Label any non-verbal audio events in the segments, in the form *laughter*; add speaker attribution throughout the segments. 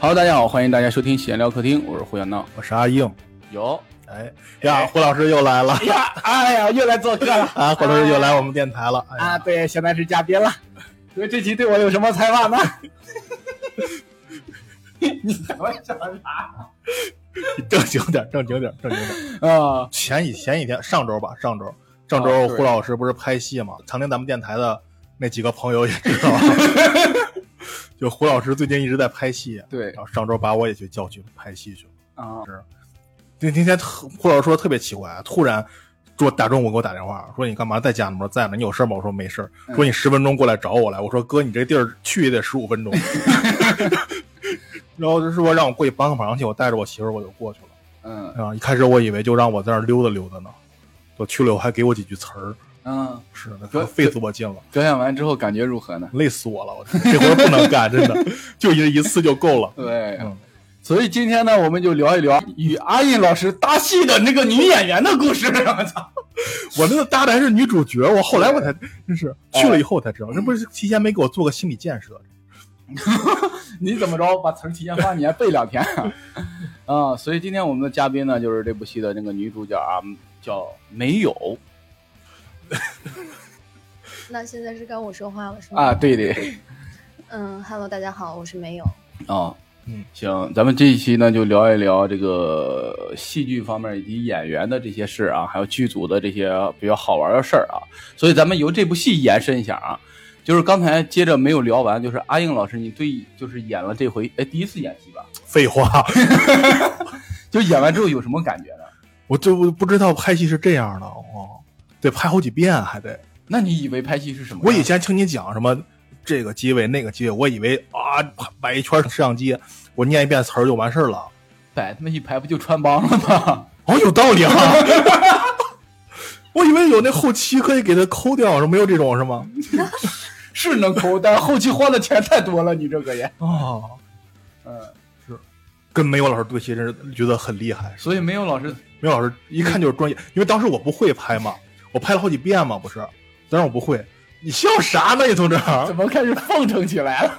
Speaker 1: Hello，大家好，欢迎大家收听闲聊客厅，我是胡小闹。
Speaker 2: 我是阿硬。
Speaker 1: 有
Speaker 2: 哎呀，胡老师又来了
Speaker 3: 呀，哎呀，又来做客
Speaker 2: *laughs*
Speaker 3: 了
Speaker 2: 啊！胡老师又来我们电台了。哎呀，
Speaker 3: 啊！对，现在是嘉宾了。所以这期对我有什么采访呢？你怎么想啥？
Speaker 2: 正经点，正经点，正经点。
Speaker 3: 啊，
Speaker 2: 前几前几天，上周吧，上周
Speaker 1: 啊
Speaker 2: 上周
Speaker 1: 对
Speaker 2: 胡老师不是拍戏嘛？常听咱们电台的那几个朋友也知道，就胡老师最近一直在拍戏，
Speaker 1: 对
Speaker 2: 然后上周把我也去叫去拍戏去了。
Speaker 1: 啊，
Speaker 2: 那那天特胡老师说特别奇怪，突然说打中午给我打电话，说你干嘛在家呢？我说在呢。你有事吗？我说没事儿。
Speaker 1: 嗯
Speaker 2: 说你十分钟过来找我来。我说哥，你这地儿去也得十五
Speaker 1: *laughs*
Speaker 2: 分钟。然后就说让我过去帮个忙去，我带着我媳妇儿我就过去了。
Speaker 1: 嗯
Speaker 2: 啊，一开始我以为就让我在那儿溜达溜达呢，我去了我还给我几句词儿，
Speaker 1: 嗯，
Speaker 2: 是
Speaker 1: 哥
Speaker 2: 的，费死我劲了，
Speaker 1: 表演完之后感觉如何呢？
Speaker 2: 累死我了，我这活儿不能干，真的，就一一次就够了。
Speaker 1: 对，啊
Speaker 2: 嗯
Speaker 1: 所以今天呢，我们就聊一聊与阿印老师搭戏的那个女演员的故事。我操，
Speaker 2: 我那个搭的还是女主角，我后来我才真是哦
Speaker 1: 哎
Speaker 2: 去了以后我才知道，这不是提前没给我做个心理建设。
Speaker 1: *laughs* 你怎么着把词儿提前放，你还背两天啊？ *laughs* 啊，所以今天我们的嘉宾呢，就是这部戏的那个女主角啊，叫没有
Speaker 4: 那现在是该我说话了是吗？
Speaker 1: 啊，对对
Speaker 4: 嗯，Hello，大家好，我是没有。
Speaker 1: 啊，
Speaker 2: 嗯，
Speaker 1: 行，咱们这一期呢就聊一聊这个戏剧方面以及演员的这些事啊，还有剧组的这些比较好玩的事儿啊。所以咱们由这部戏延伸一下啊，就是刚才接着没有聊完，就是阿英老师，你对就是演了这回，哎，第一次演戏吧？
Speaker 2: *laughs* 废话，
Speaker 1: 就演完之后有什么感觉呢？
Speaker 2: 我就我不知道拍戏是这样的哦，得拍好几遍啊还得。
Speaker 1: 那你以为拍戏是什么样？
Speaker 2: 我以前听你讲什么这个机位那个机位，我以为啊摆一圈摄像机，我念一遍词儿就完事儿了。
Speaker 1: 摆他妈一排不就穿帮了吗？
Speaker 2: 哦，有道理 *laughs* 啊！我以为有那后期可以给它抠掉，是没有这种是吗？
Speaker 1: *laughs* 是能抠，但是后期花的钱太多了，你这个也，
Speaker 2: 哦，
Speaker 1: 嗯，
Speaker 2: 跟梅有老师对戏真是觉得很厉害。
Speaker 1: 所以没有老师
Speaker 2: 梅老师一看就是专业，因为当时我不会拍
Speaker 1: 嗯
Speaker 2: 嘛，我拍了好几遍嘛，不是，但是我不会。你笑啥呢？你从这儿
Speaker 1: 怎，么开始奉承起来了？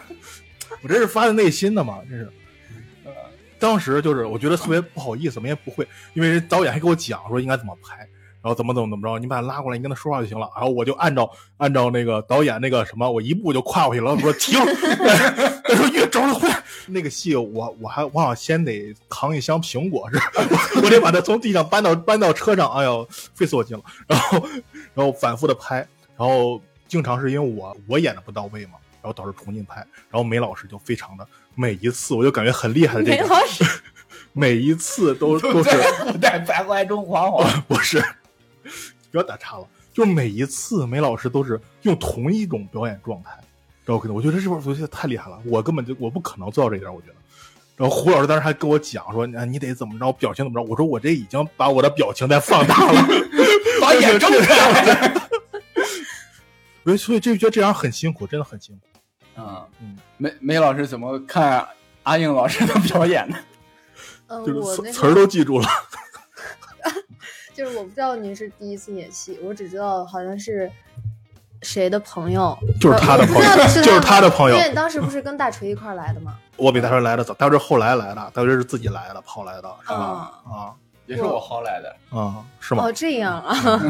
Speaker 2: 我这是发自内心的嘛，这是。当时就是我觉得特别不好意思，因为不会，因为导演还给我讲说应该怎么拍，然后怎么怎么怎么着，你把他拉过来，你跟他说话就行了。然后我就按照按照那个导演那个什么，我一步就跨过去了。我说停，他说越着快。那个戏我我还我好像先得扛一箱苹果是吧，我我得把它从地上搬到搬到车上，哎呦，费死我劲了。然后然后反复的拍，然后经常是因为我我演的不到位嘛，然后导致重新拍。然后梅老师就非常的每一次我就感觉很厉害的这 *laughs*
Speaker 4: 没
Speaker 2: 个，
Speaker 4: 老师，
Speaker 2: 每一次都都是
Speaker 3: 在古代徘徊中惶惶。
Speaker 2: *laughs* 不是，不要打岔了。就是每一次梅老师都是用同一种表演状态，然后可能我觉得这是不是我觉得太厉害了？我根本就我不可能做到这一点，我觉得。然后胡老师当时还跟我讲说，啊，你得怎么着，表情怎么着。我说我这已经把我的表情在放大了，
Speaker 1: 把眼睁开来。
Speaker 2: *laughs* 所以所以这觉得这样很辛苦，真的很辛苦。
Speaker 1: 啊，
Speaker 2: 嗯
Speaker 1: 梅梅老师怎么看阿应老师的表演呢？
Speaker 4: 嗯、
Speaker 2: 就
Speaker 4: 我那
Speaker 2: 是词
Speaker 4: 时
Speaker 2: 词
Speaker 4: 候
Speaker 2: 儿都记住了。
Speaker 4: *laughs* 就是我不知道您是第一次演戏，我只知道好像是谁的朋友，
Speaker 2: 就是他的朋友
Speaker 4: 我不知道是
Speaker 2: 就是他的
Speaker 4: *laughs*
Speaker 2: 朋友
Speaker 4: 因为你当时不是跟大锤一块儿来的吗？
Speaker 2: 我比大锤来的早，大锤后来来的，大锤是自己来的，跑来的，是吧？
Speaker 4: 啊、
Speaker 2: 啊
Speaker 1: *laughs* 也是我薅来的。
Speaker 2: 啊，是吗
Speaker 4: 哦，？这样啊，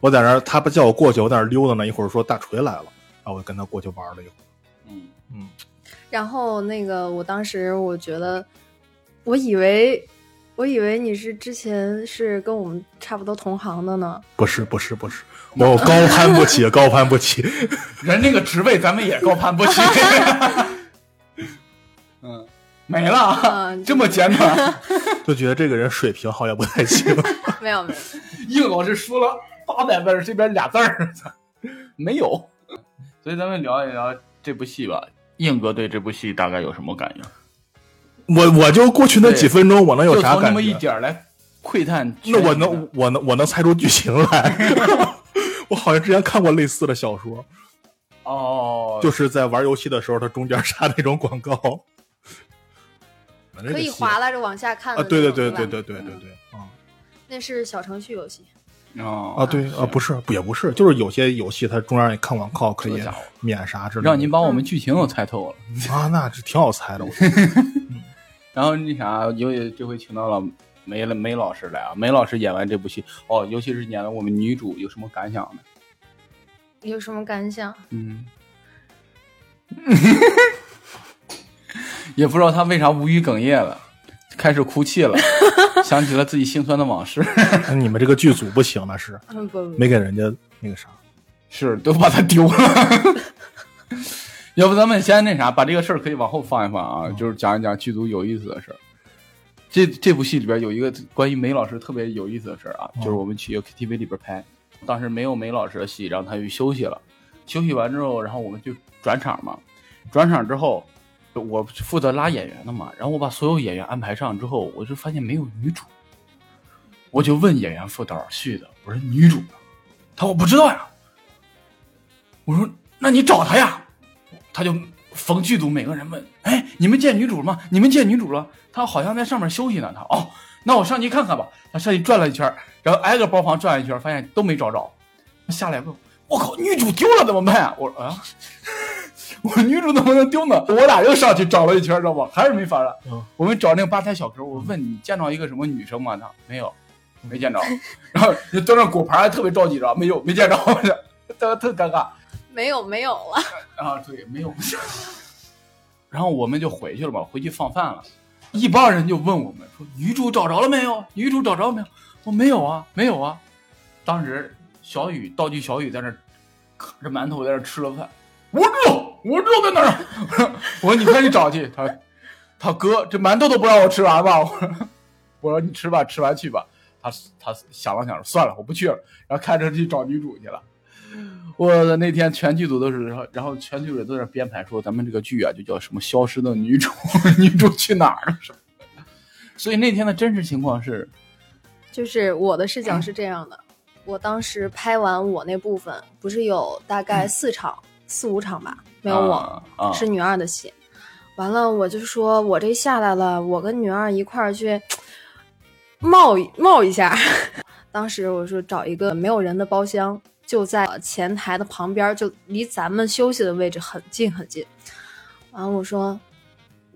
Speaker 2: 我在那儿，他不叫我过去，我在那儿溜达呢。一会儿说大锤来了，然后我就跟他过去玩了一会儿。
Speaker 1: 嗯，
Speaker 2: 嗯，
Speaker 4: 然后那个，我当时我觉得，我以为，我以为你是之前是跟我们差不多同行的呢。
Speaker 2: 不是不是不是，我高攀不起，高攀不起。
Speaker 1: 人这个职位咱们也高攀 *laughs* 不起。嗯，没了啊，
Speaker 4: 嗯
Speaker 1: 这么简短。
Speaker 2: 就觉得这个人水平好像不太行。
Speaker 4: 没有
Speaker 2: *laughs*
Speaker 4: 没有，
Speaker 1: 应老师说了八百字儿，这边俩字儿 *laughs* 没有。所以咱们聊一聊这部戏吧。应哥对这部戏大概有什么感觉？
Speaker 2: 我我就过去那几分钟，我能有
Speaker 1: 就
Speaker 2: 啥
Speaker 1: 从这
Speaker 2: 感
Speaker 1: 么一
Speaker 2: 觉？
Speaker 1: 点儿来窥探全
Speaker 2: 那
Speaker 1: 局的。
Speaker 2: 我能我 *laughs* 能我能猜出剧情来。我好像之前看过类似的小说，
Speaker 1: 哦，
Speaker 2: 就是在玩游戏的时候，它中间插那种广告，
Speaker 4: 可以划拉着往下看
Speaker 2: 啊！
Speaker 4: 的
Speaker 2: 对
Speaker 4: 那
Speaker 2: 对
Speaker 4: 种
Speaker 2: 对
Speaker 4: 吧
Speaker 2: 对对对对对啊
Speaker 4: 那是小程序游戏。
Speaker 1: 哦
Speaker 2: 啊！对啊，不是不也不是，就是有些游戏它中间你看广告可
Speaker 1: 这
Speaker 2: 以
Speaker 1: 家伙
Speaker 2: 免啥之类的，
Speaker 1: 让您把我们剧情又猜透了。
Speaker 2: 啊，那这挺好猜的，我觉得
Speaker 1: 然后那啥，尤其这回请到了梅了梅老师来啊，梅老师演完这部戏哦，尤其是演了我们女主，有什么感想呢？
Speaker 4: 有什么感想？
Speaker 1: 嗯， *laughs* 也不知道他为啥无语哽咽了，开始哭泣了，想起了自己心酸的往事， *laughs*
Speaker 2: 那你们这个剧组不行，那是
Speaker 4: 嗯， *laughs* 不不，
Speaker 2: 没给人家那个啥。
Speaker 1: 是都把他丢了。 *laughs* 要不咱们先那啥，把这个事儿可以往后放一放啊，就是讲一讲剧组有意思的事儿。这这部戏里边有一个关于梅老师特别有意思的事儿啊，就是我们去 KTV 里边拍，当时没有梅老师的戏，然后他就休息了。休息完之后，然后我们就转场嘛。转场之后，我负责拉演员的嘛，然后我把所有演员安排上之后，我就发现没有女主，我就问演员副导去的，我说女主呢，他说我不知道呀，我说那你找她呀，他就逢剧组每个人问，哎，你们见女主了吗？你们见女主了？她好像在上面休息呢，她哦，那我上去看看吧。他上去转了一圈，然后挨个包房转了一圈，发现都没找着，下来问我。我靠，女主丢了怎么办呀、我说啊， *laughs* 我说女主怎么能丢呢？我俩又上去找了一圈，知道吧？还是没法了。
Speaker 2: 嗯
Speaker 1: 我们找那个吧台小哥，我问你见着一个什么女生吗？他没有，没见着。然后就端着果盘，特别着急，知道吧没有，没见着， *laughs* 我说特特尴尬。
Speaker 4: 没有没有了。 *laughs*
Speaker 1: 啊，对，没有。 *laughs* 然后我们就回去了吧，回去放饭了。一帮人就问我们说：“女主找着了没有？女主找着了没有？”我没有啊，没有啊。当时小雨道具小雨在那儿啃着馒头，在那儿吃了饭。我知道，我知道在哪儿啊。 *laughs* 我说：“我说你快去找去。”他他哥这馒头都不让我吃完吧？我说：“我说你吃吧，吃完去吧。”他他想了想，算了，我不去了，然后开车去找女主去了。我的那天全剧组都是，然后全剧组都在那编排说咱们这个剧啊就叫什么消失的女主， *laughs* 女主去哪儿了什么的。所以那天的真实情况是，
Speaker 4: 就是我的视角是这样的，我当时拍完我那部分，不是有大概四场、四五场吧，没有我，
Speaker 1: 啊啊
Speaker 4: 是女二的戏。完了，我就说我这下来了，我跟女二一块儿去冒一冒一下。 *laughs* 当时我说找一个没有人的包厢，就在呃前台的旁边，就离咱们休息的位置很近很近。完了，我说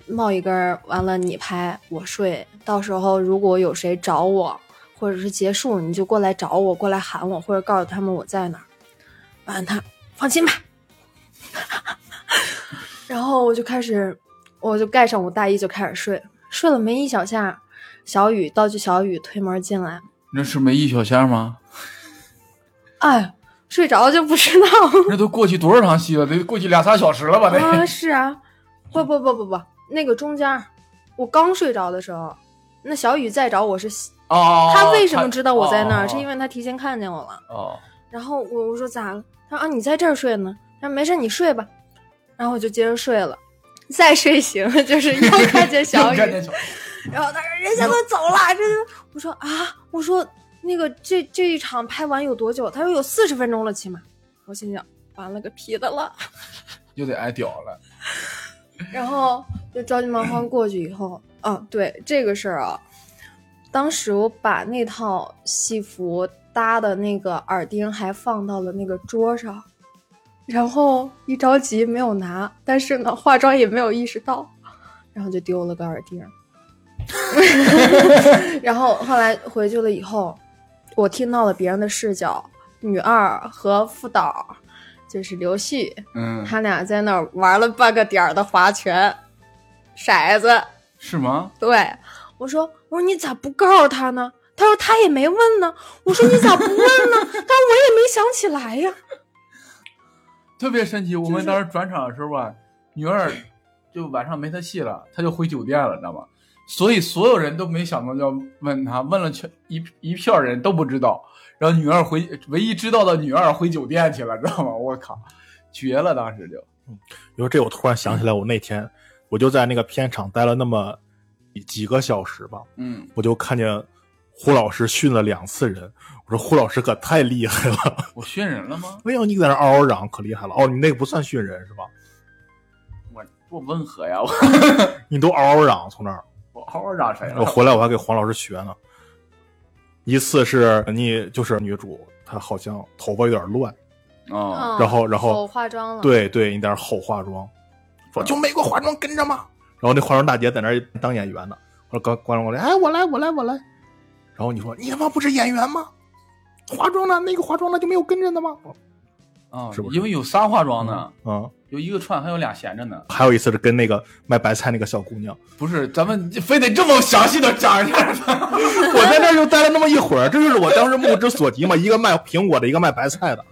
Speaker 4: 冒一根儿，完了你拍我睡，到时候如果有谁找我，或者是结束，你就过来找我，过来喊我，或者告诉他们我在哪儿。完了他放心吧，然后我就开始，我就盖上我大衣就开始睡，睡了没一小下，小雨道具小雨推门进来，
Speaker 1: 那是没易小仙吗？
Speaker 4: 哎，睡着就不知道
Speaker 1: 那都过去多少场戏了？得过去俩仨小时了吧？得、
Speaker 4: 啊， *laughs* 是啊，不不不不不，那个中间儿，我刚睡着的时候，那小雨再找我是，
Speaker 1: 哦，
Speaker 4: 他为什么知道我在那儿？
Speaker 1: 哦
Speaker 4: 是因为他提前看见我了。
Speaker 1: 哦
Speaker 4: 然后我我说咋了？他说啊你在这儿睡呢。他说没事你睡吧。然后我就接着睡了，再睡醒了就是又看
Speaker 1: *laughs*
Speaker 4: 见小雨
Speaker 1: 又看见小雨
Speaker 4: 然后他说人家都走了，这我说啊，我说那个这这一场拍完有多久？他说有四十分钟了，起码。我心想完了个皮的了，
Speaker 1: 又得挨屌了。
Speaker 4: 然后就着急忙慌过去以后，啊，对这个事儿啊，当时我把那套戏服搭的那个耳钉还放到了那个桌上，然后一着急没有拿，但是呢化妆也没有意识到，然后就丢了个耳钉。 *laughs* 然后后来回去了以后，我听到了别人的视角，女二和副导就是刘旭，
Speaker 1: 嗯，
Speaker 4: 他俩在那儿玩了半个点儿的划拳，骰子。
Speaker 1: 是吗？
Speaker 4: 对我说：“我说你咋不告诉他呢？”他说：“他也没问呢。”我说：“你咋不问呢？”他说：“我也没想起来呀。
Speaker 1: 特别神奇。我们当时转场的时候吧，女
Speaker 2: *laughs*
Speaker 1: 二就晚上没她戏了，她就回酒店了，你知道吗？所以所有人都没想到要问她，问了全一一票人都不知道。然后女二回，唯一知道的女二回酒店去了，知道吗？我靠，绝了！当时就
Speaker 2: 你说这，我突然想起来，我那天我就在那个片场待了那么几个小时吧，
Speaker 1: 嗯
Speaker 2: 我就看见胡老师训了两次人，我说胡老师可太厉害了。 *laughs*
Speaker 1: 我训人了吗？
Speaker 2: 哎呦，你在那嗷嗷嚷，可厉害了。哦，你那个不算训人是吧？
Speaker 1: 我多温和呀，
Speaker 2: *laughs*
Speaker 1: 我
Speaker 2: 你都嗷嗷嚷从那儿。
Speaker 1: 我嗷嗷嚷谁
Speaker 2: 我
Speaker 1: 了？
Speaker 2: 回来我还给黄老师学呢。一次是你就是女主，她好像头发有点乱，
Speaker 1: 啊，
Speaker 4: 嗯
Speaker 2: 哦然后然后
Speaker 4: 我化妆了，，
Speaker 2: 对对，你在那儿后化妆，说就美国化妆跟着嘛。然后那化妆大姐在那儿当演员呢，我说观观众过来，哎，我来我来我来。然后你说你他妈不是演员吗？化妆呢？那个化妆呢就没有跟着的吗？
Speaker 4: 嗯
Speaker 1: 啊
Speaker 2: 是不，是
Speaker 1: 因为有仨化妆呢，
Speaker 2: 嗯，
Speaker 1: 有一个串，还有俩闲着呢。
Speaker 2: 还有一次是跟那个卖白菜那个小姑娘， *laughs*
Speaker 1: 不是，咱们非得这么详细的讲一下吗？
Speaker 2: *laughs* 我在那儿就待了那么一会儿，这就是我当时目之所及嘛，一个卖苹果的，一个卖白菜的。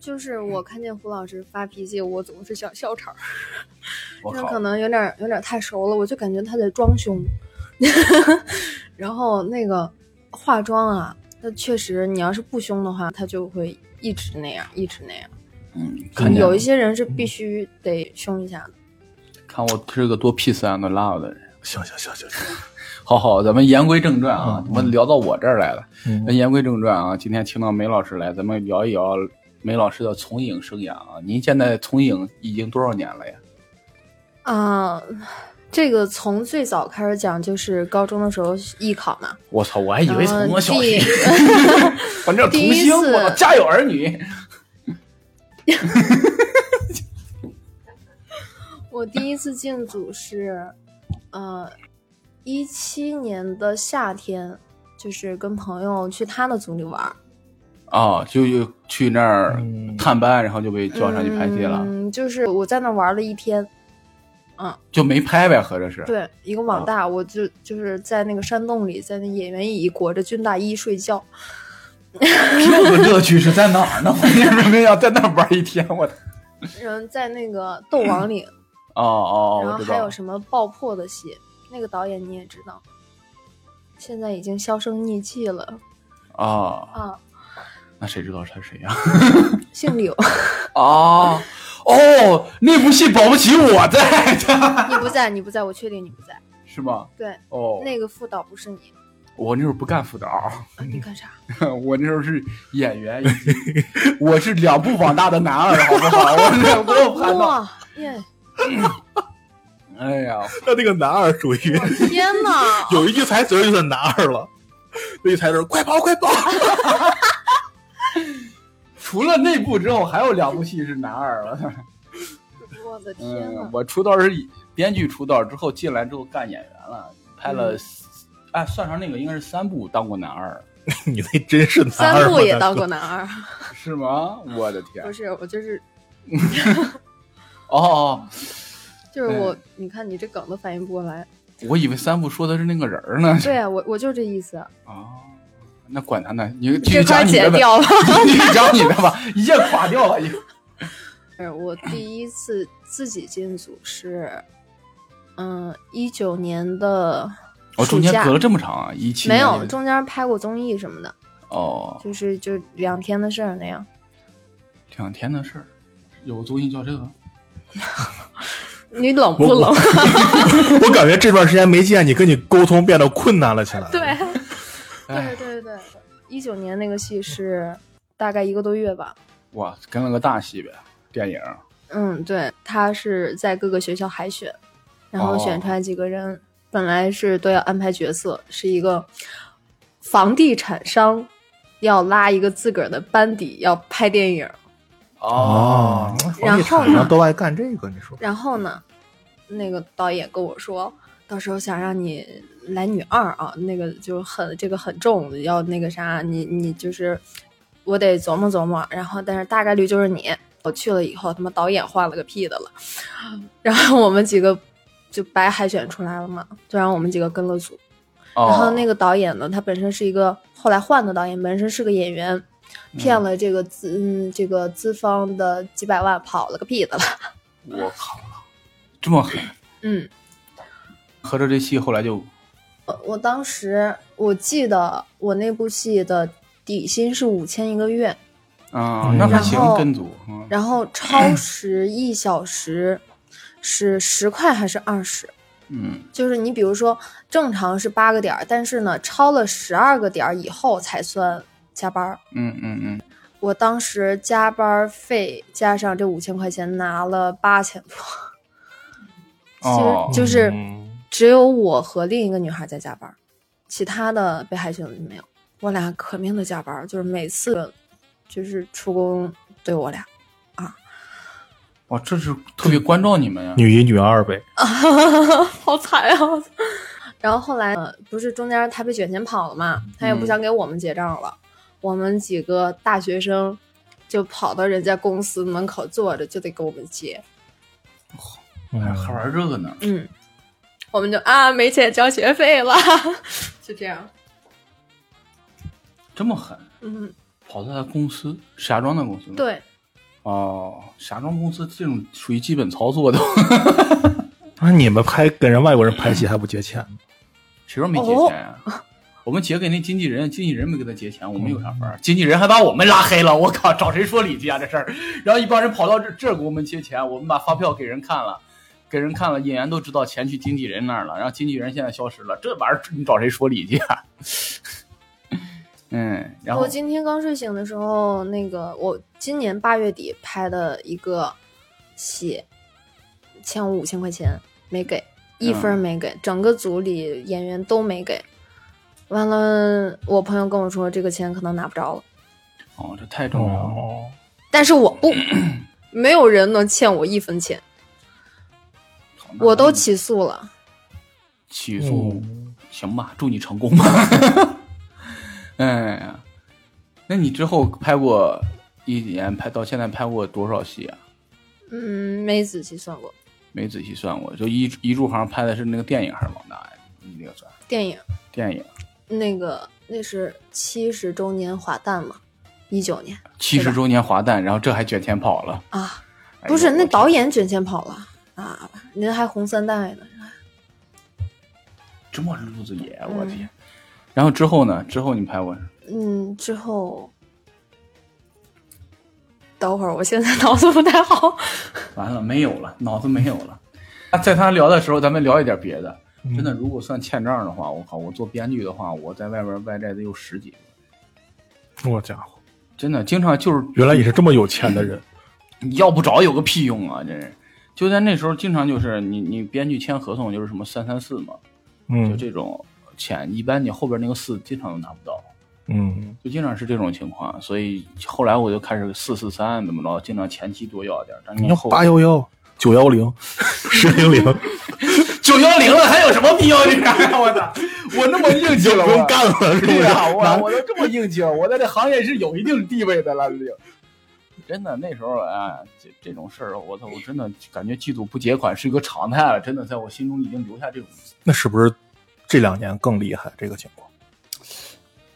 Speaker 4: 就是我看见胡老师发脾气，我总是想笑场，
Speaker 1: 我
Speaker 4: 那
Speaker 1: 靠
Speaker 4: 可，能有点有点太熟了，我就感觉他在装凶。 *laughs* 然后那个化妆啊，那确实你要是不凶的话，他就会一直那样，一直那样。
Speaker 1: 嗯，看见
Speaker 4: 有
Speaker 1: 了
Speaker 4: 一些人是必须得凶一下的。
Speaker 1: 看我是个多 peace and love 的人。
Speaker 2: 行行行行行，
Speaker 1: 好好，咱们言归正传啊，我们聊到我这儿来了。
Speaker 2: 嗯
Speaker 1: 那言归正传啊，今天请到梅老师来，咱们聊一聊梅老师的从影生涯啊。您现在从影已经多少年了呀？
Speaker 4: 啊、这个从最早开始讲，就是高中的时候艺考嘛，
Speaker 1: 我操，我还以为从我小学
Speaker 4: 然后，
Speaker 1: *laughs* 反正童
Speaker 4: 第一
Speaker 1: 星，
Speaker 4: 次
Speaker 1: 我操家有儿女。
Speaker 4: *laughs* 我第一次进组是，呃，一七年的夏天，就是跟朋友去他的组里玩儿，
Speaker 1: 啊，就就去那儿
Speaker 2: 嗯
Speaker 1: 探班，然后就被叫上去拍戏了，
Speaker 4: 嗯，就是我在那玩了一天，
Speaker 1: 就没拍呗，合着是。哦
Speaker 4: 对，一个网大，我就就是在那个山洞里，在那演员椅裹着军大衣睡
Speaker 1: *laughs*
Speaker 4: 觉。
Speaker 1: 这个乐趣是在哪儿 *laughs* 呢？我也明明要在那儿玩一天，我的。
Speaker 4: 然后在那个斗王里，
Speaker 1: 哦哦，
Speaker 4: 然
Speaker 1: 我
Speaker 4: 后
Speaker 1: 知
Speaker 4: 还
Speaker 1: 道
Speaker 4: 有。什么爆破的戏，那个导演你也知道，现在已经销声匿迹了
Speaker 1: 哦，
Speaker 4: 啊，
Speaker 1: 那谁知道他是谁啊呀？
Speaker 4: 姓柳， *laughs*
Speaker 1: 啊，哦，那部戏保不齐我在 *laughs* 的，
Speaker 4: 你不在，你不在，我确定你不在。
Speaker 1: 是吗？
Speaker 4: 对，
Speaker 1: 哦，
Speaker 4: 那个副导不是你，
Speaker 1: 我那时候不干辅导， *laughs*
Speaker 4: 啊你干啥？
Speaker 1: 我那时候是演员，以及我是两部网大的男二，好不好？我是我有盘道。
Speaker 4: *laughs* 哇耶！
Speaker 1: 哎呀，
Speaker 2: 那那个男二属
Speaker 4: *laughs*
Speaker 2: 于！
Speaker 4: 天哪
Speaker 1: *laughs*
Speaker 2: 有一句台词儿就算男二了，那句台词儿快跑快跑！ *laughs*
Speaker 1: 除了那部之后，还有两部戏是男二
Speaker 4: *laughs*
Speaker 1: 了。
Speaker 4: 啊我的天
Speaker 1: 嗯
Speaker 4: 哪，！
Speaker 1: 我出道是以编剧出道之后进来之后干演员了，拍
Speaker 4: 嗯
Speaker 1: 了四，哎，算上那个应该是三部当过男
Speaker 4: *laughs*
Speaker 1: 二，
Speaker 2: 你那真是男二吗，
Speaker 4: 三部也
Speaker 2: 大
Speaker 4: 当
Speaker 2: 哥
Speaker 4: 过男二，
Speaker 1: 是吗？我的嗯天
Speaker 4: 不！是我就是
Speaker 1: 哦哦，
Speaker 4: 就是我，你看你这梗都反应不过来。
Speaker 1: 我以为三部说的是那个人儿呢。
Speaker 4: 对啊，我我就这意思，
Speaker 1: 哦，那管他呢，你继
Speaker 4: 这
Speaker 1: 续
Speaker 4: 块
Speaker 1: 讲你
Speaker 4: 剪
Speaker 1: 的吧，
Speaker 4: 掉吧。
Speaker 1: 继续讲你的吧，一下垮掉了。一
Speaker 2: *laughs*
Speaker 1: 下
Speaker 4: 是我第一次自己进组是，嗯，一九年的
Speaker 1: 我
Speaker 4: 暑
Speaker 1: 哦中间
Speaker 4: 假
Speaker 1: 隔了这么长啊，一七
Speaker 4: 没
Speaker 1: 年
Speaker 4: 有，
Speaker 1: 那
Speaker 4: 中间拍过综艺什么的，
Speaker 1: 哦，
Speaker 4: 就是就两天的事儿那样。
Speaker 1: 两天的事儿，有个综艺叫这个，
Speaker 4: 你冷不冷？
Speaker 2: 我感觉这段时间没见你，跟你沟通变得困难了起来。
Speaker 4: *laughs* 对，
Speaker 1: 哎
Speaker 4: 对对对，一九年那个戏是大概一个多月吧。
Speaker 1: 哇，跟了个大戏呗，电影儿
Speaker 4: 嗯，对，他是在各个学校海选，然后选出来几个人，本来是都要安排角色，是一个房地产商要拉一个自个儿的班底要拍电影，
Speaker 2: 哦，
Speaker 4: 然
Speaker 2: 房地
Speaker 4: 后
Speaker 2: 产
Speaker 4: 呢
Speaker 2: 上都爱干这个，你说
Speaker 4: 然后呢，那个导演跟我说，到时候想让你来女二啊，那个就很这个很重，要那个啥，你你就是我得琢磨琢磨，然后但是大概率就是你。我去了以后，他妈导演换了个屁的了，然后我们几个就白海选出来了嘛，就让我们几个跟了组。
Speaker 1: 哦，
Speaker 4: 然后那个导演呢，他本身是一个后来换的导演，本身是个演员，骗了这个资嗯这个资方的几百万，跑了个屁的了，
Speaker 1: 哦我靠，这么狠，
Speaker 4: 嗯。
Speaker 1: 合着这戏后来就
Speaker 4: 呃我当时我记得我那部戏的底薪是五千一个月，
Speaker 1: 啊、
Speaker 2: 嗯
Speaker 1: 那还
Speaker 2: 然
Speaker 1: 行，
Speaker 4: 后
Speaker 1: 跟组，嗯
Speaker 4: 然后超时一小时是十块还是二十？
Speaker 1: 嗯
Speaker 4: 就是你比如说正常是八个点儿，但是呢超了十二个点儿以后才算加班儿。
Speaker 1: 嗯嗯嗯，
Speaker 4: 我当时加班费加上这五千块钱拿了八千多，
Speaker 1: 哦
Speaker 4: 其实就是
Speaker 2: 嗯
Speaker 4: 只有我和另一个女孩在加班儿，其他的被害群没有。我俩可命的加班儿，就是每次就是出工对我俩， *laughs*
Speaker 1: 哇，这是特别关照你们呀。
Speaker 2: 女一女二呗，
Speaker 4: 好惨啊！ *laughs* 我操然后后来、呃、不是中间他被卷钱跑了嘛，他也不想给我们结账了，我们几个大学生就跑到人家公司门口坐着，就得给我们结。
Speaker 1: 哎还玩这个呢？
Speaker 4: 嗯，我们就啊没钱交学费了， *laughs* 就这样。
Speaker 1: 这么狠，
Speaker 4: 嗯，
Speaker 1: 跑到他公司，石家庄的公司吗？。
Speaker 4: 对，
Speaker 1: 哦，石家庄公司这种属于基本操作的，
Speaker 2: 那你们拍跟人外国人拍戏还不结钱呢？
Speaker 1: 谁说没结钱呀、
Speaker 4: 哦
Speaker 1: *laughs* 我们结给那经纪人，经纪人没给他结钱，我们有啥法儿？经纪人还把我们拉黑了，我靠，找谁说理去啊这事儿？然后一帮人跑到这这儿给我们结钱，我们把发票给人看了，给人看了，演员都知道钱去经纪人那儿了，然后经纪人现在消失了，这玩意儿你找谁说理去啊？嗯，然后
Speaker 4: 我今天刚睡醒的时候，那个我今年八月底拍的一个戏，欠我五千块钱没给，一
Speaker 1: 嗯
Speaker 4: 分儿没给，整个组里演员都没给。完了，我朋友跟我说这个钱可能拿不着了，
Speaker 1: 哦，这太重要了。
Speaker 2: 哦
Speaker 4: 但是我
Speaker 1: *clears throat*
Speaker 4: 不，没有人能欠我一分钱，
Speaker 1: 好那
Speaker 4: 我都
Speaker 1: 咱们
Speaker 4: 起诉了。
Speaker 1: 起
Speaker 2: 嗯，
Speaker 1: 诉，行吧，祝你成功 *laughs* 吧。哎呀，那你之后拍过一年拍到现在拍过多少戏啊？
Speaker 4: 嗯，没仔细算过
Speaker 1: 没仔细算过，就一一柱好像拍的是那个电影还是网大呀？你那个算
Speaker 4: 电影，
Speaker 1: 电影，啊
Speaker 4: 那个那是七十周年华诞嘛，一九年
Speaker 1: 七十周年华诞，然后这还卷钱跑了，
Speaker 4: 啊。
Speaker 1: 哎呦
Speaker 4: 不是，那导
Speaker 1: 我
Speaker 4: 演卷钱跑了啊！您还红三代呢，
Speaker 1: 这么路子野，
Speaker 4: 嗯
Speaker 1: 我天！然后之后呢？之后你拍过
Speaker 4: 嗯，之后，等会儿，我现在脑子不太 *laughs* 好。
Speaker 1: 完了没有了，脑子没有了。 *laughs* 在他聊的时候，咱们聊一点别的。
Speaker 2: 嗯
Speaker 1: 真的，如果算欠账的话，我靠，我做编剧的话，我在外边外债得有十几个。
Speaker 2: 嗯我家伙，
Speaker 1: 真的，经常就是
Speaker 2: 原来你是这么有钱的人，
Speaker 1: 你要不着有个屁用啊！真是，就在那时候，经常就是你你编剧签合同就是什么三三四嘛，就
Speaker 2: 嗯
Speaker 1: 这种钱，一般你后边那个四经常都拿不到，
Speaker 2: 嗯，
Speaker 1: 就经常是这种情况。所以后来我就开始四四三怎么着，尽量前期多要点儿，但
Speaker 2: 你
Speaker 1: 你
Speaker 2: 要
Speaker 1: 后
Speaker 2: 八幺幺、九幺零、十零 *laughs* 零，
Speaker 1: 九幺零了，还有什么必要这样啊？我操，我那么硬气
Speaker 2: 就
Speaker 1: 了，
Speaker 2: 不
Speaker 1: 我
Speaker 2: 用干
Speaker 1: *laughs*
Speaker 2: 了，是不
Speaker 1: 对
Speaker 2: 是？
Speaker 1: 呀、我
Speaker 2: 拿
Speaker 1: 我都这么硬气了，我在这行业是有一定地位的了，已经。真的，那时候啊，这这种事儿，我操，我真的感觉剧组不结款是一个常态了，真的在我心中已经留下这种。
Speaker 2: 那是不是这两年更厉害这个情况？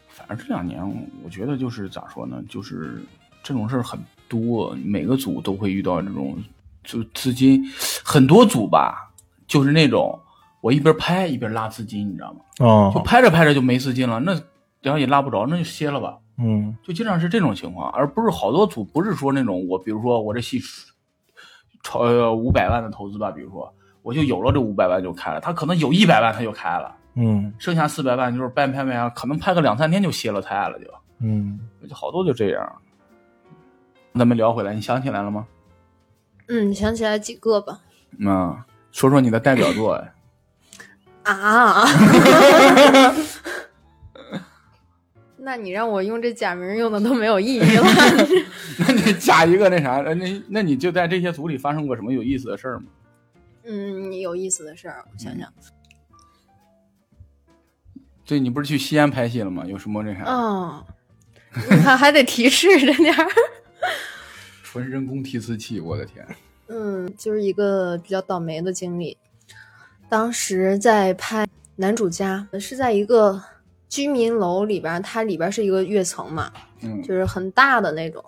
Speaker 1: 反正这两年，我觉得就是咋说呢，就是这种事儿很多，每个组都会遇到这种，就资金很多组吧，就是那种我一边拍一边拉资金，你知道吗？就
Speaker 2: 哦，
Speaker 1: 拍着拍着就没资金了，那然后也拉不着，那就歇了吧。
Speaker 2: 嗯
Speaker 1: 就经常是这种情况，而不是好多组不是说那种我，比如说我这戏超呃五百万的投资吧，比如说我就有了这五百万就开了，他可能有一百万他就开了，
Speaker 2: 嗯
Speaker 1: 剩下四百万就是掰拍拍，可能拍个两三天就歇了菜了就，
Speaker 2: 嗯，
Speaker 1: 就好多就这样。咱们聊回来，你想起来了吗？
Speaker 4: 嗯，想起来几个吧。
Speaker 1: 嗯，说说你的代表作，哎
Speaker 4: *laughs* 啊，那你让我用这假名用的都没有意义 *laughs* 了。
Speaker 1: *laughs* 那你加一个那啥，呃那那你就在这些组里发生过什么有意思的事儿吗？
Speaker 4: 嗯，有意思的事儿，我想想。
Speaker 1: 对你不是去西安拍戏了吗？有什么那啥？
Speaker 4: 嗯，你看还得提示着点儿。
Speaker 1: 纯人工提词器，我的天！
Speaker 4: 嗯，就是一个比较倒霉的经历。当时在拍男主家，是在一个居民楼里边儿，它里边儿是一个跃层嘛，
Speaker 1: 嗯
Speaker 4: 就是很大的那种，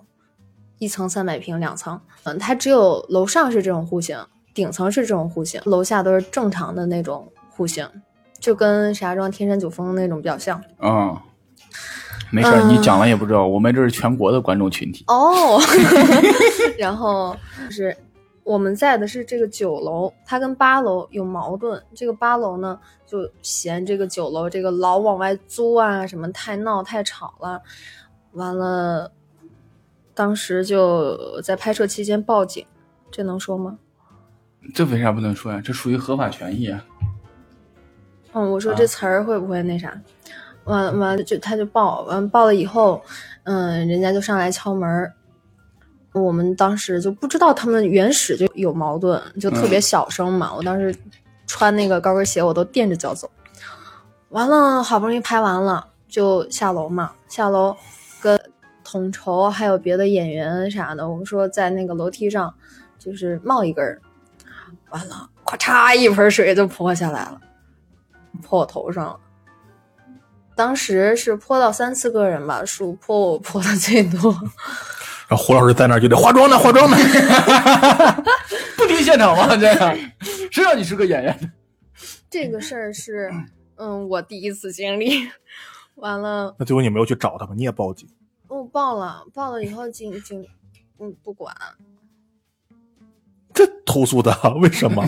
Speaker 4: 一层三百平，两层。嗯，它只有楼上是这种户型，顶层是这种户型，楼下都是正常的那种户型，就跟石家庄天山九峰那种比较像。
Speaker 1: 啊，没事儿，
Speaker 4: 嗯
Speaker 1: 你讲了也不
Speaker 4: *laughs*
Speaker 1: 知道，我们这是全国的观众群体。
Speaker 4: 哦哦，然后就是我们在的是这个九楼，它跟八楼有矛盾。这个八楼呢，就嫌这个九楼这个老往外租啊，什么太闹太吵了。完了，当时就在拍摄期间报警，这能说吗？
Speaker 1: 这为啥不能说呀、这属于合法权益啊！ *laughs*
Speaker 4: 嗯，我说这词儿会不会那啥？完完了就他就报完报了以后，嗯，人家就上来敲门儿。我们当时就不知道他们原始就有矛盾，就特别小声嘛。我当时穿那个高跟鞋，我都垫着脚走。完了，好不容易拍完了，就下楼嘛。下楼跟统筹啊还有别的演员啥的，我们说在那个楼梯上就是冒一根儿，完了，咔嚓一盆水就泼下来了，泼我头上了。当时是泼到三四个人吧，数泼我泼的最多。
Speaker 2: 然后胡老师在那儿就得化妆呢，化 *laughs* 妆呢。
Speaker 1: 不离现场吗？这样，谁让你是个演员 *laughs* 的？
Speaker 4: 这个事儿是，嗯，我第一次经历。 *laughs* 完了，
Speaker 2: 那最后你没有去找他们，你也报警。
Speaker 4: 我报了，报了以后警警，嗯，不管，
Speaker 2: 这投诉的为什么？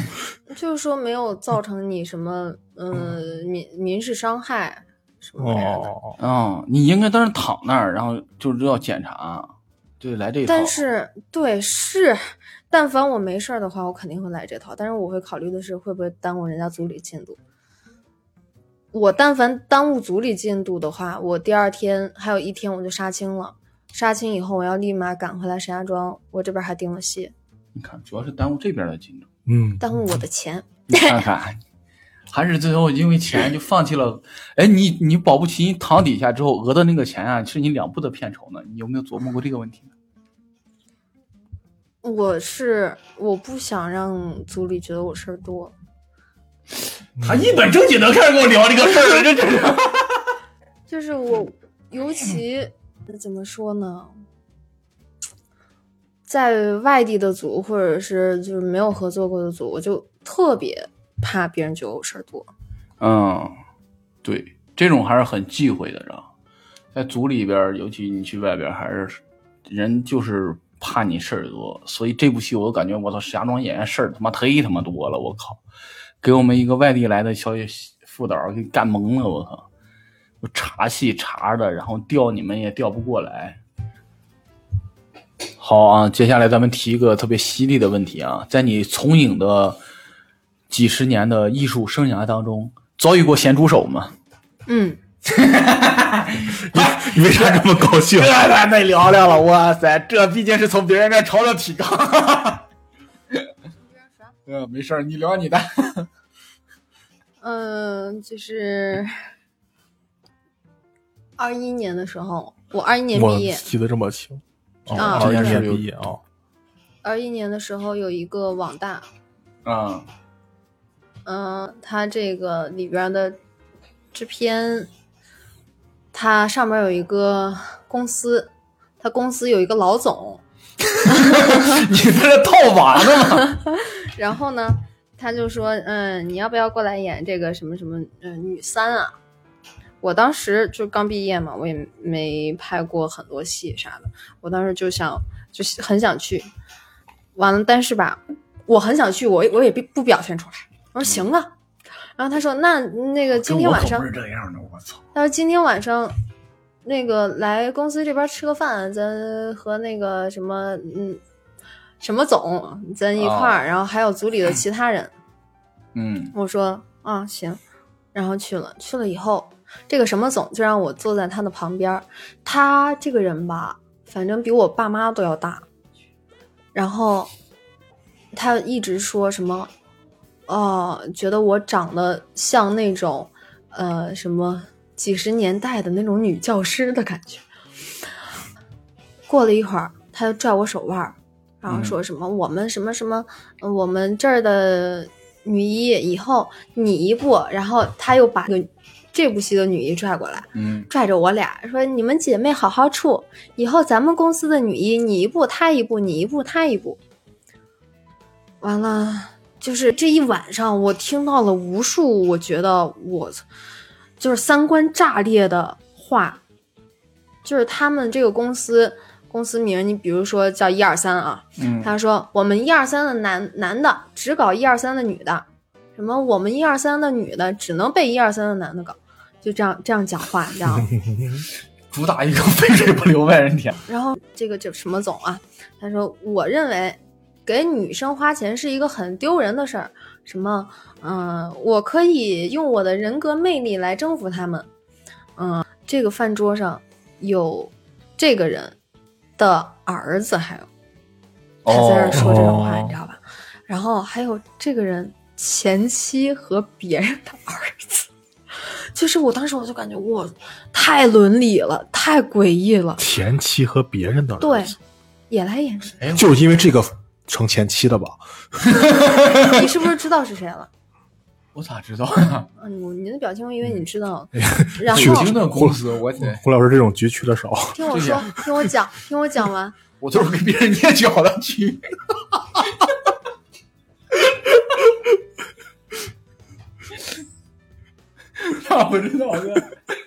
Speaker 4: 就是说没有造成你什么，嗯，民民事伤害什么之类的。
Speaker 2: *laughs* 哦，
Speaker 1: 哦，你应该当时躺那儿，然后就是要检查，对，来这一套。
Speaker 4: 但是，对，是，但凡我没事儿的话，我肯定会来这套。但是我会考虑的是，会不会耽误人家组里进度。我但凡耽误组里进度的话，我第二天还有一天我就杀青了。杀青以后，我要立马赶回来石家庄，我这边还定了戏，
Speaker 1: 你看，主要是耽误这边的进度。
Speaker 2: 嗯，
Speaker 4: 耽误我的钱。
Speaker 1: 你看看， *laughs* 还是最后因为钱就放弃了。哎，你你保不齐你躺底下之后讹的那个钱啊，是你两部的片酬呢。你有没有琢磨过这个问题呢？
Speaker 4: 我是我不想让组里觉得我事儿多，
Speaker 1: 他一本正经的开始跟我聊这个事儿了，这这是。
Speaker 4: 就是我，尤其嗯怎么说呢，在外地的组或者是就是没有合作过的组，我就特别怕别人觉得我事儿多。
Speaker 1: 嗯，对，这种还是很忌讳的，知道吗在组里边儿，尤其你去外边儿，还是人就是怕你事儿多，所以这部戏我感觉我操，石家庄演员事儿他妈忒他妈多了，我靠！给我们一个外地来的小姐副导给干懵了，我靠！我查戏查的，然后调你们也调不过来。好啊，接下来咱们提一个特别犀利的问题啊，在你从影的几十年的艺术生涯当中，遭遇过咸猪手吗？
Speaker 4: 嗯，
Speaker 2: 你为啥这么高兴
Speaker 1: 这？
Speaker 2: *laughs*
Speaker 1: 咱得聊聊了，哇塞，这毕竟是从别人那抄的 *laughs* 提纲。嗯，没事儿，你聊你的。
Speaker 4: 嗯、就是二一年的时候，我二一年
Speaker 2: 我
Speaker 4: 毕业，
Speaker 2: 记得这么清。哦
Speaker 4: 啊
Speaker 2: 二一
Speaker 1: 对
Speaker 2: 年毕业啊，
Speaker 4: 二一年的时候有一个网大，
Speaker 1: 啊，
Speaker 4: 嗯，它这个里边的制片，它上面有一个公司，它公司有一个老总，
Speaker 1: *laughs* 你在这套娃呢吗？
Speaker 4: 然后呢，他就说，嗯，你要不要过来演这个什么什么，嗯、女三啊？我当时就刚毕业嘛，我也没拍过很多戏啥的，我当时就想，就是很想去，完了，但是吧，我很想去，我也我也不不表现出来，我说行啊，然后他说，那那个今天晚
Speaker 1: 跟
Speaker 4: 上
Speaker 1: 我可不是这样的，我操！
Speaker 4: 他说今天晚上那个来公司这边吃个饭，咱和那个什么嗯什么总咱一块儿，然后还有组里的其他人。
Speaker 1: 嗯，
Speaker 4: 我说啊行，然后去了，去了以后，这个什么总就让我坐在他的旁边儿。他这个人吧，反正比我爸妈都要大，然后他一直说什么，哦、觉得我长得像那种呃什么几十年代的那种女教师的感觉。过了一会儿，他就拽我手腕儿，然后说什么、我们什么什么，呃我们这儿的女一以后你一步，然后他又把这个这部戏的女一拽过来，
Speaker 1: 嗯，
Speaker 4: 拽着我俩说你们姐妹好好处，以后咱们公司的女一你一步她一步，你一步她一步。完了，就是这一晚上我听到了无数我觉得我就是三观炸裂的话，就是他们这个公司公司名，你比如说叫一二三啊，
Speaker 1: 嗯
Speaker 4: 他说我们一二三的男男的只搞一二三的女的，什么我们一二三的女的只能被一二三的男的搞，就这样这样讲话，你知道吗？
Speaker 1: 主打一个肥水不流外人田。
Speaker 4: 然后这个这什么总啊，他说我认为给女生花钱是一个很丢人的事儿，什么嗯、呃我可以用我的人格魅力来征服他们，嗯、这个饭桌上有这个人的儿子，还有他在这儿说这种话，
Speaker 2: 哦
Speaker 4: 你知道吧？然后还有这个人前妻和别人的儿子。 *laughs* 就是我当时我就感觉哇，太伦理了，太诡异了。
Speaker 2: 前妻和别人的儿
Speaker 4: 对
Speaker 2: 子，
Speaker 4: 也来演戏。
Speaker 2: 就是因为这个成前妻的吧？
Speaker 4: 你是不是知道是谁了？
Speaker 1: 我咋知道啊？
Speaker 4: 嗯，我你的表情，我以为你知道。然
Speaker 1: 北
Speaker 4: 后
Speaker 1: 京的公司，我得
Speaker 2: 胡老师这种局去的少，
Speaker 4: 听我说，听我讲，听我讲完。
Speaker 1: 我都是给别人捏脚的去。 *laughs* 那不知道的，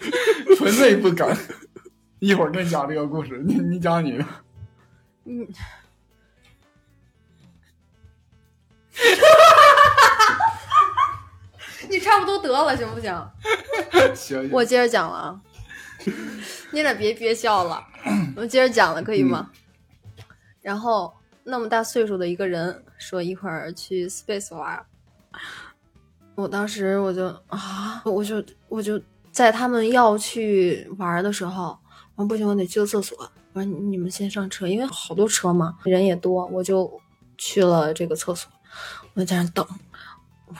Speaker 1: *laughs* 纯粹不敢。一会儿再讲这个故事，你你讲你的。
Speaker 4: 嗯， *laughs* 你差不多得了，行不行？
Speaker 1: 行，行
Speaker 4: 我接着讲了啊，你俩别憋笑了，我接着讲了，可以吗？然后那么大岁数的一个人说一会儿去 Space 玩儿，我当时我就啊，我就我就在他们要去玩儿的时候，我说不行，我得去个厕所。我说你们先上车，因为好多车嘛，人也多，我就去了这个厕所，我就在那儿等。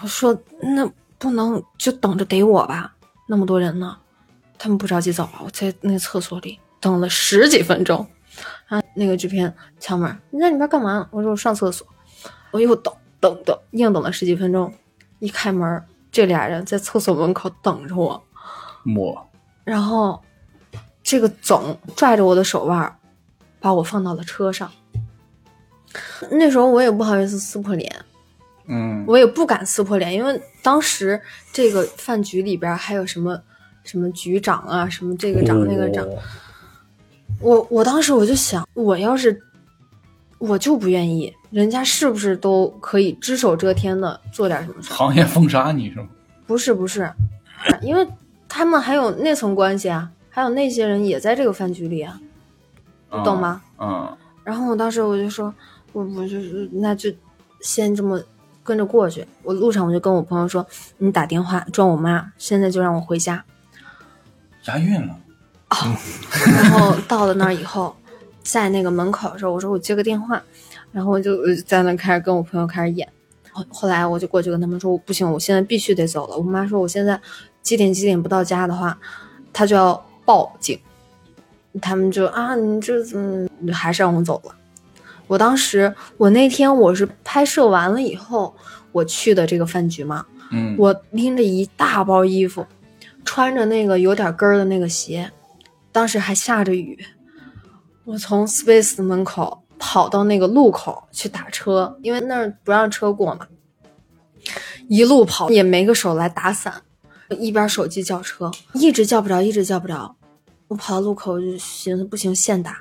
Speaker 4: 我说那不能就等着逮我吧，那么多人呢，他们不着急走啊！我在那个厕所里等了十几分钟，啊，那个制片敲门，你在里边干嘛？我说我上厕所，我又等等等，硬等了十几分钟，一开门，这俩人在厕所门口等着我，
Speaker 1: 摸
Speaker 4: 然后这个总拽着我的手腕儿，把我放到了车上。那时候我也不好意思撕破脸，
Speaker 1: 嗯，
Speaker 4: 我也不敢撕破脸，因为当时这个饭局里边还有什么什么局长啊，什么这个长那个长，
Speaker 2: 哦
Speaker 4: 我我当时我就想，我要是我就不愿意，人家是不是都可以只手遮天的做点什么事儿？
Speaker 1: 行业封杀你是吗？
Speaker 4: 不是不是，因为他们还有那层关系啊，还有那些人也在这个饭局里啊，你懂吗？
Speaker 1: 嗯
Speaker 4: 然后我当时我就说，我我就是那就先这么跟着过去。我路上我就跟我朋友说，你打电话装我妈，现在就让我回家。
Speaker 1: 押韵了。
Speaker 4: 然后到了那儿以后， *laughs* 在那个门口的时候，我说我接个电话，然后我就呃在那开始跟我朋友开始演。后后来我就过去跟他们说，我不行，我现在必须得走了。我妈说我现在几点几点不到家的话，她就要报警。他们就啊，你这怎么还是让我走了？我当时我那天我是拍摄完了以后，我去的这个饭局嘛，
Speaker 1: 嗯，
Speaker 4: 我拎着一大包衣服，穿着那个有点跟儿的那个鞋，当时还下着雨，我从 Space 门口跑到那个路口去打车，因为那儿不让车过嘛，一路跑也没个手来打伞，一边手机叫车，一直叫不着，一直叫不着，我跑到路口我就寻思不行，现打，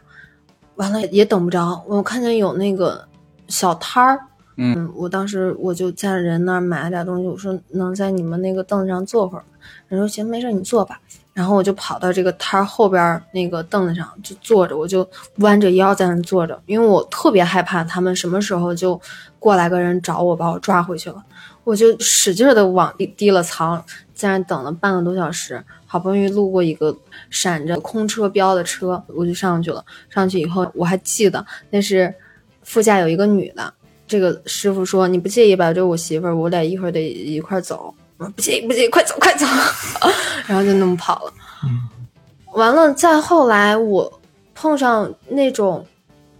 Speaker 4: 完了也也等不着，我看见有那个小摊儿。嗯，我当时我就在人那儿买了点东西，我说能在你们那个凳子上坐会儿吗？人说行，没事，你坐吧。然后我就跑到这个摊儿后边儿那个凳子上就坐着，我就弯着腰在那儿坐着，因为我特别害怕他们什么时候就过来个人找我，把我抓回去了。我就使劲的往地提了藏，在那儿等了半个多小时，好不容易路过一个闪着空车标的车，我就上去了。上去以后，我还记得那是副驾有一个女的，这个师傅说：“你不介意吧？这是我媳妇儿，我俩一会儿得一块儿走。”我说：“不介意，不介意，快走，快走。” *laughs* 然后就那么跑了。完了，再后来我碰上那种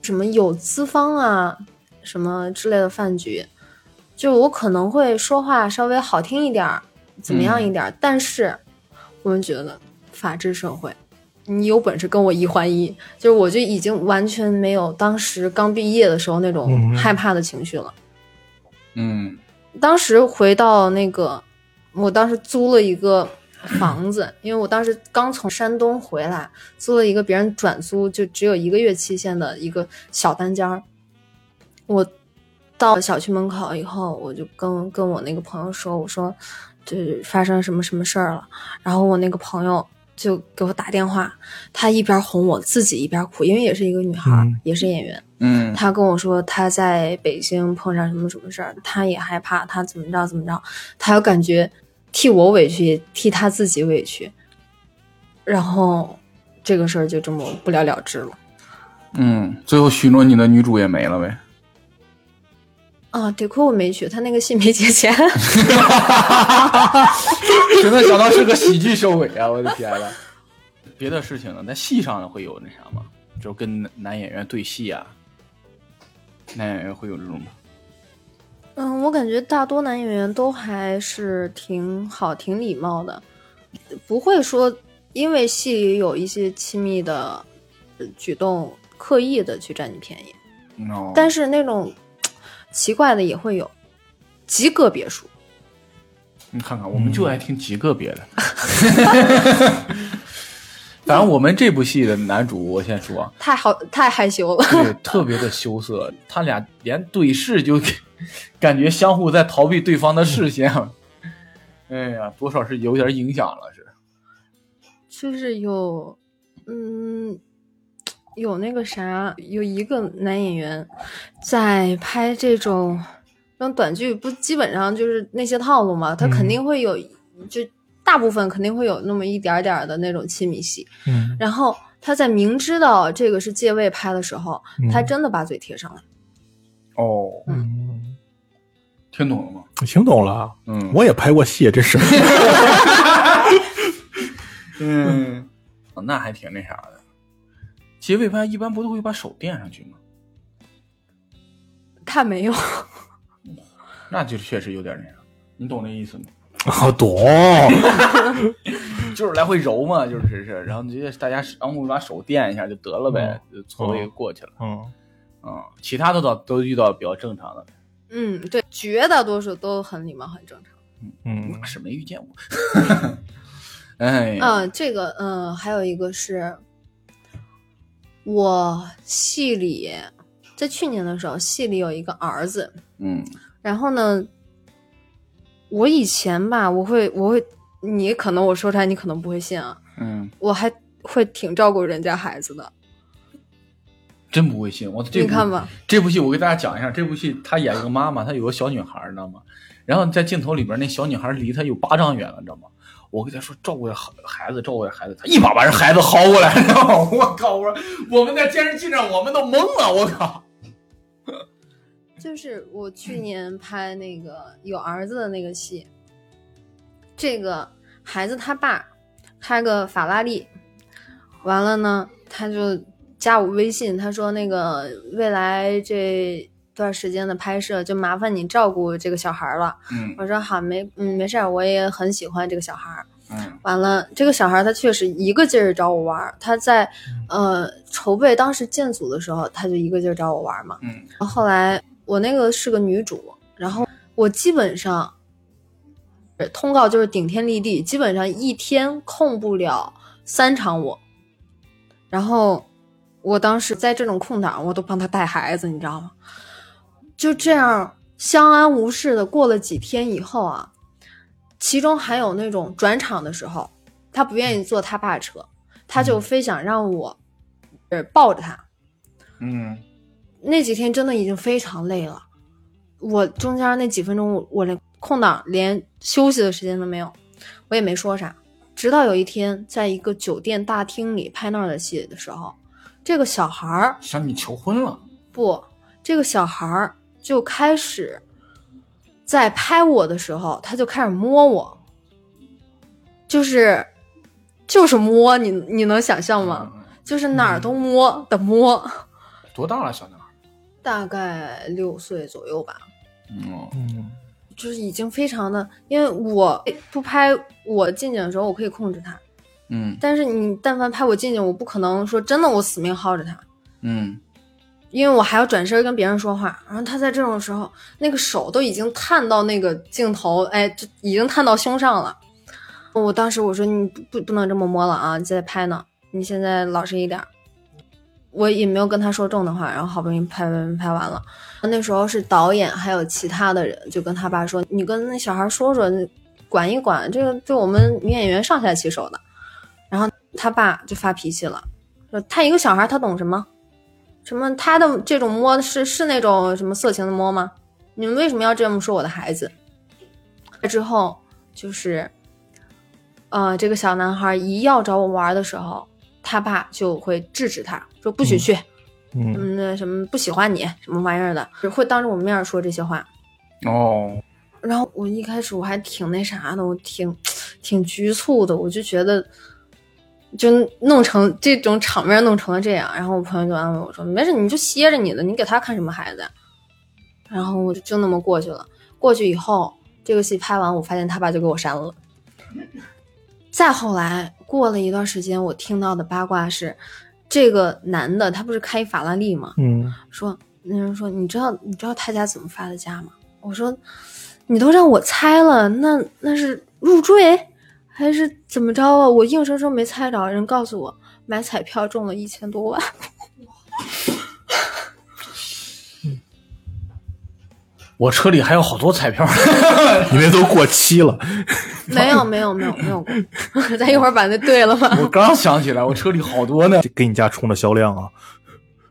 Speaker 4: 什么有资方啊、什么之类的饭局，就我可能会说话稍微好听一点儿，怎么样一点儿，但是我们觉得法治社会。你有本事跟我一换一，就是我就已经完全没有当时刚毕业的时候那种
Speaker 2: 嗯
Speaker 4: 害怕的情绪了。
Speaker 1: 嗯
Speaker 4: 当时回到那个，我当时租了一个房子，因为我当时刚从山东回来，租了一个别人转租，就只有一个月期限的一个小单间儿。我到小区门口以后，我就跟跟我那个朋友说，我说就是发生什么什么事儿了，然后我那个朋友。就给我打电话，她一边哄我，自己一边哭，因为也是一个女孩儿，
Speaker 2: 嗯
Speaker 4: 也是演员。
Speaker 1: 嗯
Speaker 4: 他跟我说他在北京碰上什么什么事儿，他也害怕，他怎么着怎么着，他又感觉替我委屈，也替他自己委屈，然后这个事儿就这么不了了之了。
Speaker 1: 嗯，最后许诺你的女主也没了呗。
Speaker 4: 啊，得亏我没去，他那个戏没结钱。
Speaker 1: *laughs*
Speaker 4: *laughs*
Speaker 1: 真的想到是个喜剧收尾啊！我的天呐。别的事情呢，在戏上会有那啥吗？就是跟男男演员对戏啊，男演员会有这种吗？
Speaker 4: 嗯，我感觉大多男演员都还是挺好、挺礼貌的，不会说因为戏里有一些亲密的呃举动，刻意的去占你便宜。
Speaker 1: no，
Speaker 4: 但是那种奇怪的也会有，极个别数。
Speaker 1: 你看看，我们就爱听极个 *laughs* 别的。反正我们这部戏的男主，我先说啊，
Speaker 4: 太好，太害羞了。 *laughs*
Speaker 1: 对，特别的羞涩，他俩连对视就感觉相互在逃避对方的视 *laughs* 线。哎呀，多少是有点影响了，是。
Speaker 4: 就是有，嗯，有那个啥，有一个男演员在拍这种那种短剧，不基本上就是那些套路嘛，他肯定会有，就大部分肯定会有那么一点儿点儿的那种亲密戏。
Speaker 2: 嗯，
Speaker 4: 然后他在明知道这个是借位拍的时候，他真的把嘴贴上了。
Speaker 1: 哦，
Speaker 2: 嗯，
Speaker 1: 听懂了吗？
Speaker 2: 我听懂了，
Speaker 1: 嗯
Speaker 2: 我也拍过戏，这是 *laughs*
Speaker 1: 嗯， *laughs* 哦那还挺那啥的。结尾拍一般不都会把手垫上去吗？
Speaker 4: 他没有，
Speaker 1: 那就确实有点那啥，你懂那意思吗？
Speaker 2: 啊，懂，
Speaker 1: 就是来回揉嘛，就是是，然后直接大家然后把手垫一下就得了呗，就错位过去了。
Speaker 2: 嗯，
Speaker 1: 嗯，其他的倒都遇到比较正常的，
Speaker 4: 嗯，对，绝大多数都很礼貌，很正常。
Speaker 2: 嗯
Speaker 1: 那，是没遇见过。 *laughs* 哎，
Speaker 4: 嗯，这个嗯，还有一个是，我系里在去年的时候，系里有一个儿子，
Speaker 1: 嗯
Speaker 4: 然后呢，我以前吧，我会我会，你可能我说出来你可能不会信啊，
Speaker 1: 嗯，
Speaker 4: 我还会挺照顾人家孩子的，
Speaker 1: 真不会信，我这
Speaker 4: 你
Speaker 1: 部
Speaker 4: 看吧，
Speaker 1: 这部戏我给大家讲一下，这部戏她演了个妈妈，她有个小女孩儿，你知道吗？然后在镜头里边，那小女孩离她有巴掌远了，你知道吗？我跟她说照顾点孩孩子，照顾点孩子，她一把把人孩子薅过来，你知道吗？ *laughs* 我靠！我说我们在电视剧上我们都懵了，我靠！
Speaker 4: 就是我去年拍那个有儿子的那个戏，这个孩子他爸开个法拉利，完了呢，他就加我微信，他说那个未来这段时间的拍摄就麻烦你照顾这个小孩了。
Speaker 1: 嗯
Speaker 4: 我说好，没嗯没事儿，我也很喜欢这个小孩儿。
Speaker 1: 嗯
Speaker 4: 完了，这个小孩他确实一个劲儿找我玩儿，他在呃筹备当时建组的时候，他就一个劲儿找我玩儿嘛。
Speaker 1: 嗯
Speaker 4: 然后后来我那个是个女主，然后我基本上呃通告就是顶天立地，基本上一天空不了三场我。然后我当时在这种空档，我都帮她带孩子，你知道吗？就这样相安无事的过了几天以后啊，其中还有那种转场的时候，她不愿意坐她爸车，她就非想让我呃抱着她。
Speaker 1: 嗯
Speaker 4: 那几天真的已经非常累了，我中间那几分钟我我连空档连休息的时间都没有，我也没说啥。直到有一天，在一个酒店大厅里拍那儿的戏的时候，这个小孩儿
Speaker 1: 向你求婚了，
Speaker 4: 不，这个小孩儿就开始在拍我的时候，他就开始摸我，就是就是摸你，你能想象吗？
Speaker 1: 嗯
Speaker 4: 就是哪儿都摸的摸，
Speaker 1: 多大了小男孩？
Speaker 4: 大概六岁左右吧。
Speaker 1: 嗯
Speaker 2: 嗯，
Speaker 4: 就是已经非常的，因为我不拍我近景的时候，我可以控制它，
Speaker 1: 嗯
Speaker 4: 但是你但凡拍我近景，我不可能说真的我死命薅着它，
Speaker 1: 嗯
Speaker 4: 因为我还要转身跟别人说话。然后他在这种时候，那个手都已经探到那个镜头，哎，就已经探到胸上了。我当时我说你不不不能这么摸了啊，你在拍呢，你现在老实一点儿。我也没有跟他说重的话，然后好不容易拍拍拍完了，那时候是导演还有其他的人就跟他爸说，你跟那小孩说说，管一管，这个对我们女演员上下其手的。然后他爸就发脾气了，说他一个小孩他懂什么？什么他的这种摸是是那种什么色情的摸吗？你们为什么要这么说我的孩子？之后就是，呃，这个小男孩一要找我玩的时候，他爸就会制止他，说不许去，
Speaker 2: 嗯，
Speaker 4: 嗯，那什么不喜欢你什么玩意儿的，只会当着我面说这些话。
Speaker 1: 哦，
Speaker 4: 然后我一开始我还挺那啥的，我挺挺局促的，我就觉得就弄成这种场面弄成了这样。然后我朋友就安慰我说：“没事，你就歇着你的，你给他看什么孩子呀？”然后我就就那么过去了。过去以后，这个戏拍完，我发现他爸就给我删了。再后来过了一段时间，我听到的八卦是，这个男的他不是开法拉利吗？
Speaker 2: *laughs* 嗯，
Speaker 4: 说那人说你知道你知道他家怎么发的家吗？我说你都让我猜了，那那是入赘还是怎么着啊？我硬生生没猜着，人告诉我买彩票中了一千多万。 *laughs*
Speaker 3: 我车里还有好多彩票，
Speaker 2: 你那都过期了，
Speaker 4: 没有没有没有没有过， *laughs* 咱一会儿把那对了吧。
Speaker 1: *laughs* 我刚想起来，我车里好多呢。
Speaker 2: 这给你家冲着销量啊！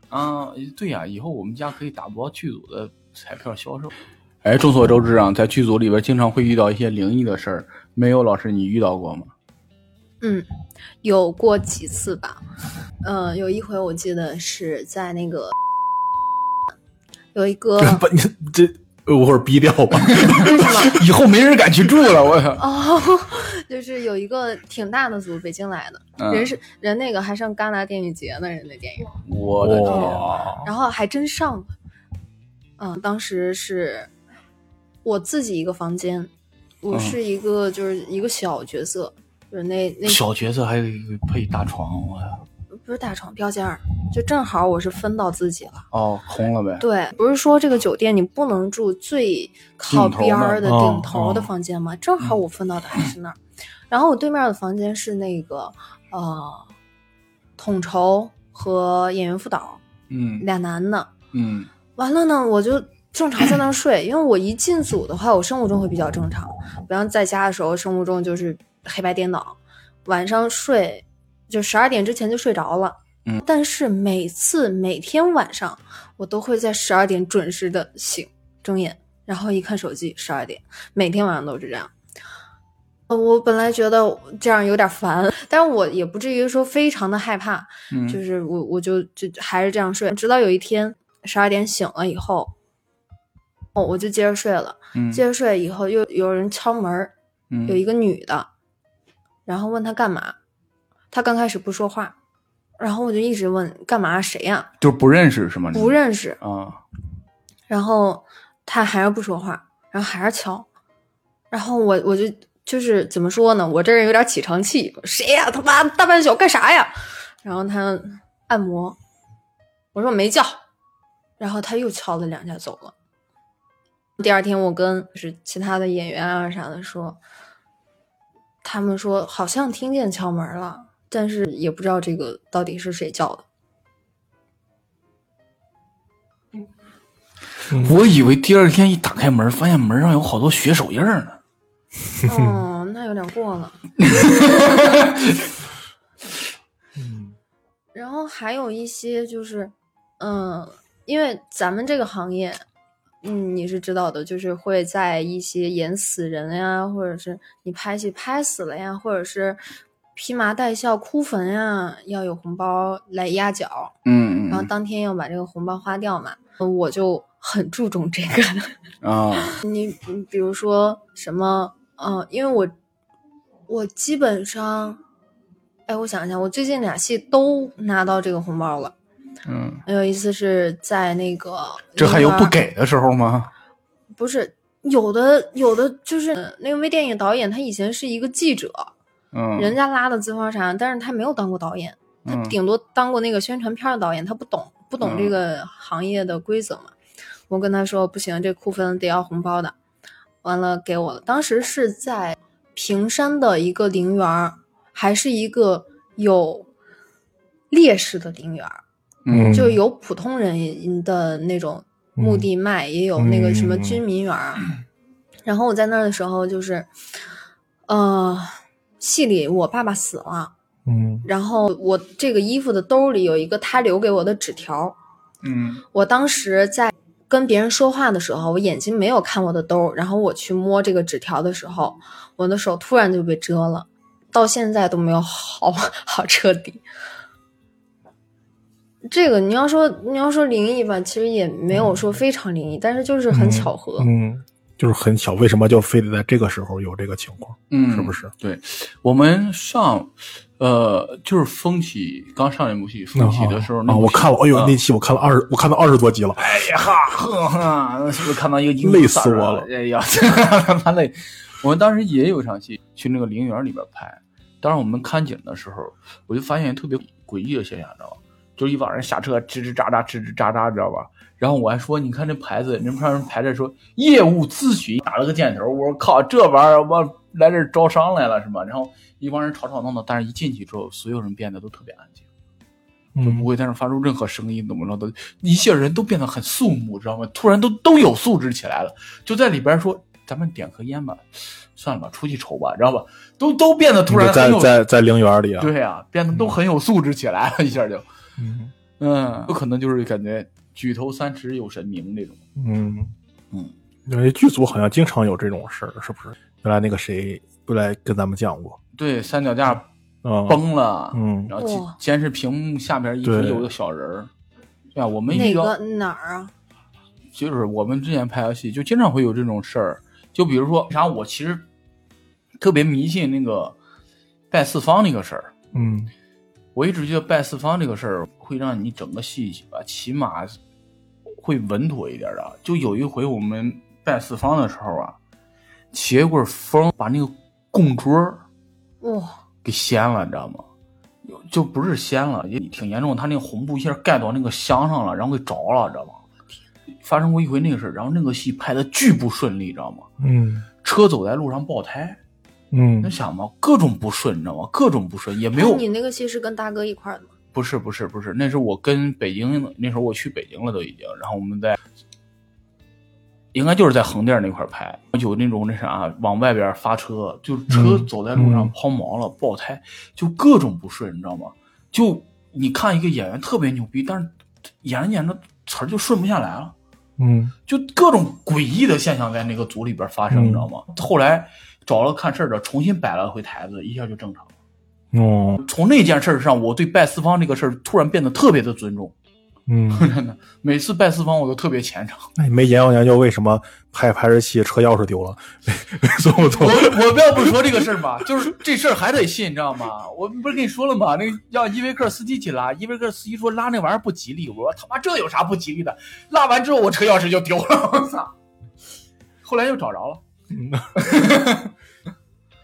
Speaker 1: 啊，对呀、以后我们家可以打包剧组的彩票销售。哎，众所周知啊，在剧组里边经常会遇到一些灵异的事儿。没有老师，你遇到过吗？
Speaker 4: 嗯，有过几次吧。嗯、有一回我记得是在那个 *laughs* 有一个 *laughs*
Speaker 2: 把你这呃我会儿逼掉吧。
Speaker 4: 为什
Speaker 1: *laughs*
Speaker 4: 么？
Speaker 1: 以后没人敢去住了，我操！
Speaker 4: 哦，就是有一个挺大的组，北京来的，
Speaker 1: 嗯哦
Speaker 4: 人是人那个还上戛纳电影节呢，人那电影，
Speaker 1: *laughs* 我的
Speaker 2: 哇
Speaker 1: 天！
Speaker 4: 然后还真上了。嗯，当时是我自己一个房间，我
Speaker 1: 嗯
Speaker 4: 是一个、就是一个小角色，就是那
Speaker 1: *laughs*
Speaker 4: 那
Speaker 1: 小角色还配大床，我操！
Speaker 4: 不是大床标间儿，就正好我是分到自己了。
Speaker 1: 哦，空了呗。
Speaker 4: 对，不是说这个酒店你不能住最靠边儿的
Speaker 2: 顶头嗯那儿
Speaker 4: 顶头的房间吗？正
Speaker 2: 嗯
Speaker 4: 好我分到的还是那儿。然后我对面的房间是那个呃，统筹和演员副导
Speaker 1: 嗯
Speaker 4: 俩男的。
Speaker 1: 嗯
Speaker 4: 完了呢，我就正常在那儿睡，因为我一进组的话，我生物钟会比较正常，不像在家的时候生物钟就是黑白颠倒，晚上睡就十二点之前就睡着了。
Speaker 1: 嗯，
Speaker 4: 但是每次每天晚上我都会在十二点准时的醒，睁眼，然后一看手机十二点，每天晚上都是这样。呃我本来觉得这样有点烦，但是我也不至于说非常的害怕，
Speaker 1: 嗯，
Speaker 4: 就是我我就就还是这样睡，直到有一天十二点醒了以后，我我就接着睡了，
Speaker 1: 嗯
Speaker 4: 接着睡以后又有人敲门儿，
Speaker 1: 嗯
Speaker 4: 有一个女的，然后问她干嘛，她刚开始不说话，然后我就一直问干嘛谁呀、
Speaker 1: 就是不认识是吗？
Speaker 4: 不认识，
Speaker 1: 啊，
Speaker 4: 然后她还是不说话，然后还是敲，然后我我就就是怎么说呢，我这人有点起床气，谁呀、他妈大半宿干啥呀？然后她按摩，我说我没叫，然后她又敲了两下走了。第二天我跟就是其他的演员啊啥的说，他们说好像听见敲门了，但是也不知道这个到底是谁叫的。
Speaker 1: 我以为第二天一打开门，发现门上有好多血手印儿呢。
Speaker 4: 哦，那有点过了。
Speaker 2: 嗯
Speaker 4: 然后还有一些就是，嗯，因为咱们这个行业，嗯，你是知道的，就是会在一些演死人呀，或者是你拍戏拍死了呀，或者是披麻戴孝哭坟呀，要有红包来压脚，
Speaker 1: 嗯
Speaker 4: 然后
Speaker 1: 嗯
Speaker 4: 当天要把这个红包花掉嘛，嗯我就很注重这个。 *laughs*
Speaker 1: 啊，
Speaker 4: 你你比如说什么？嗯、因为我我基本上，哎，我想一下，我最近俩戏都拿到这个红包了。
Speaker 1: 嗯，
Speaker 4: 还有一次是在那个
Speaker 1: 这还有
Speaker 4: 那
Speaker 1: 不
Speaker 4: 边儿？
Speaker 1: 给的时候吗？
Speaker 4: 不是有的有的就是呃那个微电影导演，他以前是一个记者，
Speaker 1: 嗯，
Speaker 4: 人家拉的资方啥，但是他没有当过导演，他
Speaker 1: 嗯
Speaker 4: 顶多当过那个宣传片的导演，他不懂不懂这
Speaker 1: 嗯
Speaker 4: 个行业的规则嘛。我跟他说不行，这库分得要红包的，完了给我了。当时是在平山的一个陵园儿，还是一个有烈士的陵园儿，
Speaker 1: 嗯
Speaker 4: 就有普通人的那种墓地卖，也有那个什么军民园儿。然后我在那儿的时候，就是，呃，戏里我爸爸死了，
Speaker 2: 嗯
Speaker 4: 然后我这个衣服的兜里有一个他留给我的纸条，
Speaker 1: 嗯
Speaker 4: 我当时在跟别人说话的时候，我眼睛没有看我的兜，然后我去摸这个纸条的时候，我的手突然就被蛰了，到现在都没有好 *laughs* 好彻底。这个你要说你要说灵异吧，其实也没有说非常灵异，但是就是很巧合。
Speaker 2: 嗯，就是很巧，为什么就非得在这个时候有这个情况？
Speaker 1: 嗯，
Speaker 2: 是不是？
Speaker 1: 对，我们上，呃，就是风起刚上一部戏，风起的时候，
Speaker 2: 啊
Speaker 1: 那
Speaker 2: 啊，
Speaker 1: 部
Speaker 2: 我
Speaker 1: 戏
Speaker 2: 看了，哎呦，
Speaker 1: 啊
Speaker 2: 那期我看了二十，我看到二十多集了。
Speaker 1: 哎呀哈，呵哈，那是不是看到一个英
Speaker 2: 累死我了
Speaker 1: 哎呀， *laughs* 蛮累。我们当时也有一场戏去那个陵园里边拍，当时我们看景的时候，我就发现特别诡异的现象，你知道吧？就是一帮人下车吱吱喳喳，吱吱喳喳，你知道吧？然后我还说，你看这牌子，你们上面牌子说业务咨询，打了个箭头，我说靠，这玩意儿我来这儿招商来了是吧？然后一帮人吵吵闹闹，但是一进去之后，所有人变得都特别安静。就
Speaker 2: 嗯
Speaker 1: 不会在那儿发出任何声音，怎么着的，一切人都变得很肃穆，知道吗？突然都都有素质起来了，就在里边说咱们点颗烟吧，算了吧，出去抽吧，知道吧？都都变得突然很
Speaker 2: 在
Speaker 1: 有，
Speaker 2: 在在陵园里啊，
Speaker 1: 对啊，变得都很有素质起来了，一下就，
Speaker 2: 嗯
Speaker 1: 嗯，有可能就是感觉举头三尺有神明那种，
Speaker 2: 嗯
Speaker 1: 嗯，
Speaker 2: 因为剧组好像经常有这种事儿，是不是？原来那个谁不来跟咱们讲过
Speaker 1: 对，三脚架
Speaker 2: 啊？
Speaker 1: 崩了，
Speaker 2: 嗯
Speaker 1: 然后监
Speaker 4: 哇
Speaker 1: 监视屏幕下边一直
Speaker 2: 对
Speaker 1: 有个小人儿，对啊，我们
Speaker 4: 哪
Speaker 1: 遇到
Speaker 4: 个哪儿啊？
Speaker 1: 就是我们之前拍的戏，就经常会有这种事儿。就比如说，为啥我其实特别迷信那个拜四方那个事儿。
Speaker 2: 嗯
Speaker 1: 我一直觉得拜四方这个事儿会让你整个戏吧，起码会稳妥一点的。啊就有一回我们拜四方的时候啊，起一棍风把那个供桌儿
Speaker 4: 哇，
Speaker 1: 给掀了，你知道吗？有就不是掀了，也挺严重。他那个红布一下盖到那个箱上了，然后给着了，你知道吗？发生过一回那个事儿，然后那个戏拍的巨不顺利，你知道吗？
Speaker 2: 嗯
Speaker 1: 车走在路上爆胎，你
Speaker 2: 嗯
Speaker 1: 想嘛，各种不顺，你知道吗？各种不顺，也没有
Speaker 4: 那哎你那个戏是跟大哥一块儿的吗？
Speaker 1: 不是不是不是，那是我跟北京的那时候我去北京了都已经，然后我们在应该就是在横店那块儿拍，有那种那啥往外边发车，就是车
Speaker 2: 嗯
Speaker 1: 走在路上
Speaker 2: 嗯
Speaker 1: 抛锚了、爆胎，就各种不顺，你知道吗？就你看一个演员特别牛逼，但是演着演着词儿就顺不下来了。
Speaker 2: 嗯
Speaker 1: 就各种诡异的现象在那个组里边发生，
Speaker 2: 嗯
Speaker 1: 你知道吗？后来找了看事儿的，重新摆了回台子，一下就正常了。
Speaker 2: 哦
Speaker 1: 从那件事儿上，我对拜四方这个事儿突然变得特别的尊重，
Speaker 2: 嗯，
Speaker 1: 真的。每次拜四方我都特别虔 *laughs* 诚。
Speaker 2: 那你没研究研究为什么拍拍着戏车钥匙丢了？ *laughs* 所以我
Speaker 1: 我 *laughs*
Speaker 2: 从
Speaker 1: 我不要不说这个事儿嘛，就是这事儿还得信，你知道吗？我不是跟你说了吗？那个让依维柯斯基去拉，依维柯斯基说拉那玩意儿不吉利，我说他妈这有啥不吉利的？拉完之后我车钥匙就丢了，我操！后来又找着了。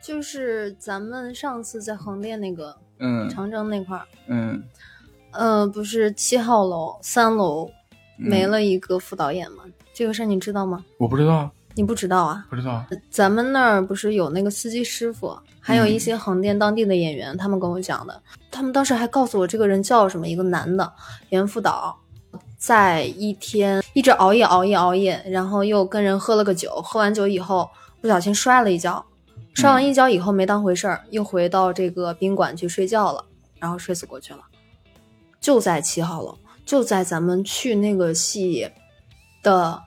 Speaker 4: 就是咱们上次在横店那个
Speaker 1: 嗯
Speaker 4: 长征那块儿，
Speaker 1: 嗯，
Speaker 4: 呃，不是七号楼三楼没
Speaker 1: 嗯
Speaker 4: 了一个副导演吗？这个事儿你知道吗？
Speaker 1: 我不知道啊，
Speaker 4: 你不知道啊？
Speaker 1: 不知道啊。
Speaker 4: 咱们那儿不是有那个司机师傅，还有一
Speaker 1: 嗯
Speaker 4: 些横店当地的演员，他们跟我讲的，他们当时还告诉我这个人叫什么，一个男的袁副导，在一天一直熬夜熬夜熬夜，然后又跟人喝了个酒，喝完酒以后不小心摔了一跤，摔
Speaker 1: 嗯
Speaker 4: 完一跤以后没当回事儿，又回到这个宾馆去睡觉了，然后睡死过去了，就在七号楼，就在咱们去那个戏的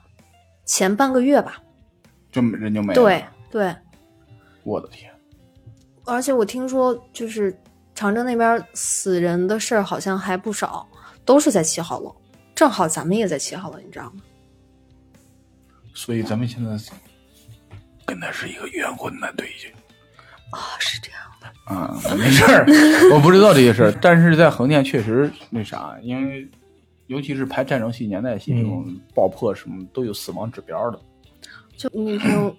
Speaker 4: 前半个月吧，
Speaker 1: 就人就没了。
Speaker 4: 对，对。
Speaker 1: 我的天，
Speaker 4: 而且我听说，就是长征那边死人的事儿好像还不少，都是在七号楼。正好咱们也在七号楼，你知道吗？
Speaker 1: 所以咱们现在跟他是一个冤魂呢，对已经
Speaker 4: 啊、是这样。
Speaker 1: 啊，没事儿，我不知道这些事儿，但是在横店确实那啥，因为尤其是拍战争戏、年代戏这种爆破什么都有死亡指标的，
Speaker 4: 就你听，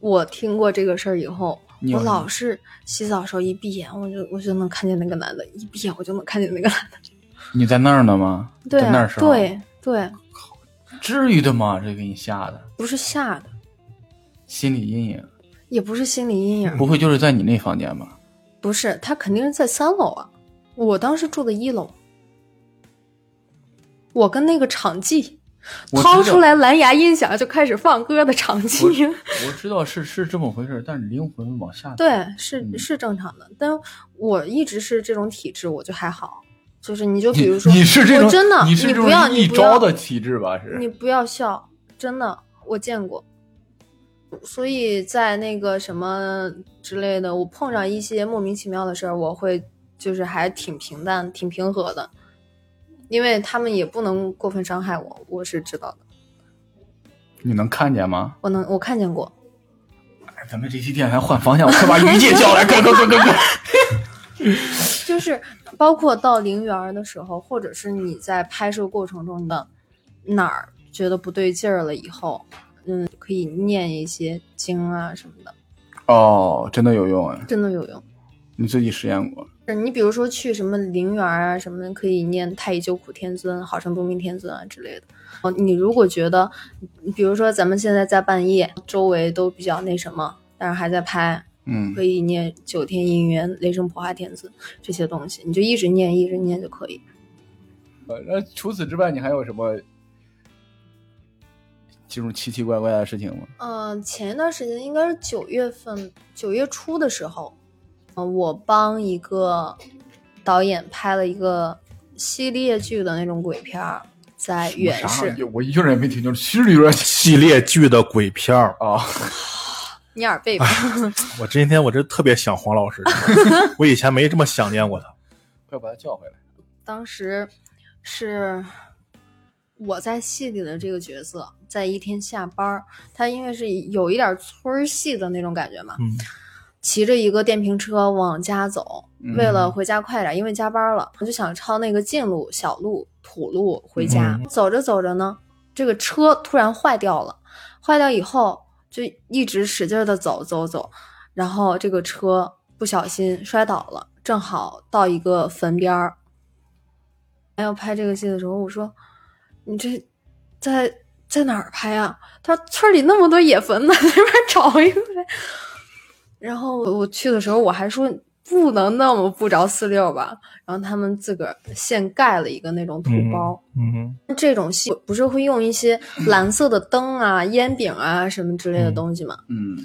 Speaker 4: 我听过这个事儿以后，
Speaker 1: 你有
Speaker 4: 我
Speaker 1: 什么
Speaker 4: 老是洗澡的时候一闭眼，我就我就能看见那个男的，一闭眼我就能看见那个男的。
Speaker 1: 你在那儿呢吗？
Speaker 4: 对
Speaker 1: 在那
Speaker 4: 啊
Speaker 1: 儿，是吧？，
Speaker 4: 对对，
Speaker 1: 至于的吗？这给你吓的，
Speaker 4: 不是吓的，
Speaker 1: 心理阴影。
Speaker 4: 也不是心理阴影，
Speaker 1: 不会就是在你那房间吧？
Speaker 4: 不是，他肯定是在三楼啊。我当时住的一楼，我跟那个场记
Speaker 1: 我
Speaker 4: 掏
Speaker 1: 知道
Speaker 4: 出来蓝牙音响就开始放歌的场
Speaker 1: 我
Speaker 4: 记。
Speaker 1: 我知道是是这么回事，但是灵魂往下走
Speaker 4: 对，是
Speaker 1: 嗯
Speaker 4: 是正常的。但我一直是这种体质，我就还好。就是你就
Speaker 1: 你
Speaker 4: 比如说，
Speaker 1: 你是这种
Speaker 4: 我真的，
Speaker 1: 你是这
Speaker 4: 不
Speaker 1: 种
Speaker 4: 要
Speaker 1: 一
Speaker 4: 你不
Speaker 1: 招
Speaker 4: 要
Speaker 1: 的体质吧？是
Speaker 4: 你不要笑，真的，我见过。所以在那个什么之类的，我碰上一些莫名其妙的事儿，我会就是还挺平淡、挺平和的，因为他们也不能过分伤害我，我是知道的。
Speaker 1: 你能看见吗？
Speaker 4: 我能，我看见过，
Speaker 1: 哎 *laughs* 咱们这期电台换方向，我快把于姐 *laughs* 叫来，快快快快快！
Speaker 4: 就是包括到陵园儿的时候，或者是你在拍摄过程中的哪儿觉得不对劲儿了以后，嗯，可以念一些经啊什么的，
Speaker 1: 哦，真的有用哎，
Speaker 4: 真的有用。
Speaker 1: 你自己实验过？
Speaker 4: 是你比如说去什么陵园啊，什么的，可以念太乙救苦天尊、好生多命天尊啊之类的。哦，你如果觉得，比如说咱们现在在半夜，周围都比较那什么，但是还在拍，
Speaker 1: 嗯
Speaker 4: 可以念九天应元、雷声普化天尊这些东西，你就一直念，一直念就可以。
Speaker 1: 呃那除此之外，你还有什么这种奇奇怪怪的事情吗？
Speaker 4: 嗯，前一段时间应该是九月份，九月初的时候，嗯，我帮一个导演拍了一个系列剧的那种鬼片儿，在远
Speaker 1: 啥
Speaker 4: 视。
Speaker 1: 我一个人也没听清楚，虚里边
Speaker 2: 系列剧的鬼片儿，
Speaker 1: 啊，
Speaker 4: 你耳背吧。
Speaker 2: 我今天我真特别想黄老师，我以前没这么想念过他。
Speaker 1: *laughs* 快把他叫回来。
Speaker 4: 当时是我在戏里的这个角色，在一天下班儿，他因为是有一点村儿戏的那种感觉嘛，
Speaker 2: 嗯，
Speaker 4: 骑着一个电瓶车往家走，
Speaker 1: 嗯
Speaker 4: 为了回家快点，因为加班了，我就想抄那个近路、小路、土路回家。走着走着呢，这个车突然坏掉了，坏掉以后就一直使劲的走走走，然后这个车不小心摔倒了，正好到一个坟边儿。要拍这个戏的时候，我说：“你这在在哪儿拍啊？”他说：“村里那么多野坟呢， *laughs* 随便找一个呗。”然后我去的时候，我还说不能那么不着四六吧。然后他们自个儿现盖了一个那种土包。
Speaker 2: 嗯哼，
Speaker 4: 这种戏不是会用一些蓝色的灯啊、烟饼啊什么之类的东西吗？
Speaker 1: 嗯，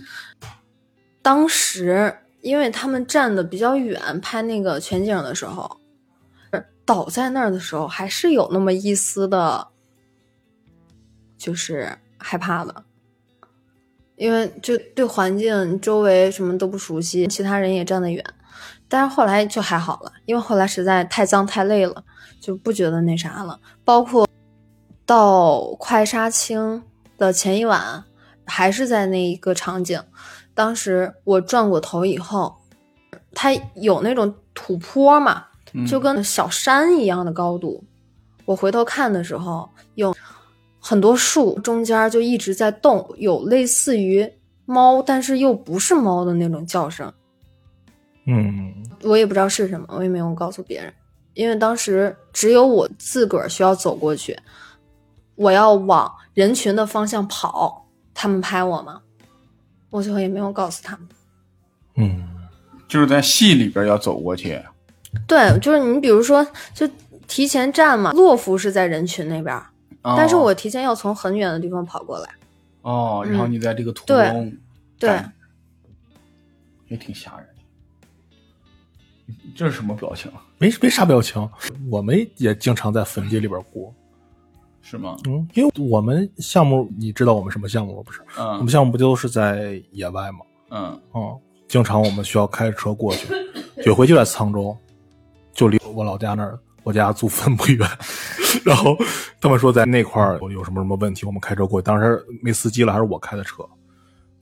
Speaker 4: 当时因为他们站的比较远，拍那个全景的时候，倒在那儿的时候，还是有那么一丝的，就是害怕的，因为就对环境、周围什么都不熟悉，其他人也站得远。但是后来就还好了，因为后来实在太脏太累了，就不觉得那啥了。包括到快杀青的前一晚，还是在那一个场景，当时我转过头以后，它有那种土坡嘛，
Speaker 1: 嗯
Speaker 4: 就跟小山一样的高度。我回头看的时候，有很多树中间就一直在动，有类似于猫，但是又不是猫的那种叫声。
Speaker 2: 嗯，
Speaker 4: 我也不知道是什么，我也没有告诉别人，因为当时只有我自个儿需要走过去，我要往人群的方向跑，他们拍我嘛，我最后也没有告诉他们。
Speaker 2: 嗯，
Speaker 1: 就是在戏里边要走过去。
Speaker 4: 对，就是你比如说，就提前站嘛，洛夫是在人群那边儿，
Speaker 1: 哦
Speaker 4: 但是我提前要从很远的地方跑过来。
Speaker 1: 哦，然后你在这个途
Speaker 4: 嗯对
Speaker 1: 中，
Speaker 4: 对，
Speaker 1: 干也挺吓人的。这是什么表情？啊
Speaker 2: 没没啥表情。我们也经常在坟地里边过，
Speaker 1: 是吗？
Speaker 2: 嗯，因为我们项目，你知道我们什么项目吗？不是，我们
Speaker 1: 嗯
Speaker 2: 项目不就是在野外吗？
Speaker 1: 嗯，
Speaker 2: 嗯，经常我们需要开着车过去。有回就在沧州，就离我老家那儿，我家祖坟不远。 *laughs* 然后他们说在那块儿有什么什么问题，我们开车过去。当时没司机了，还是我开的车。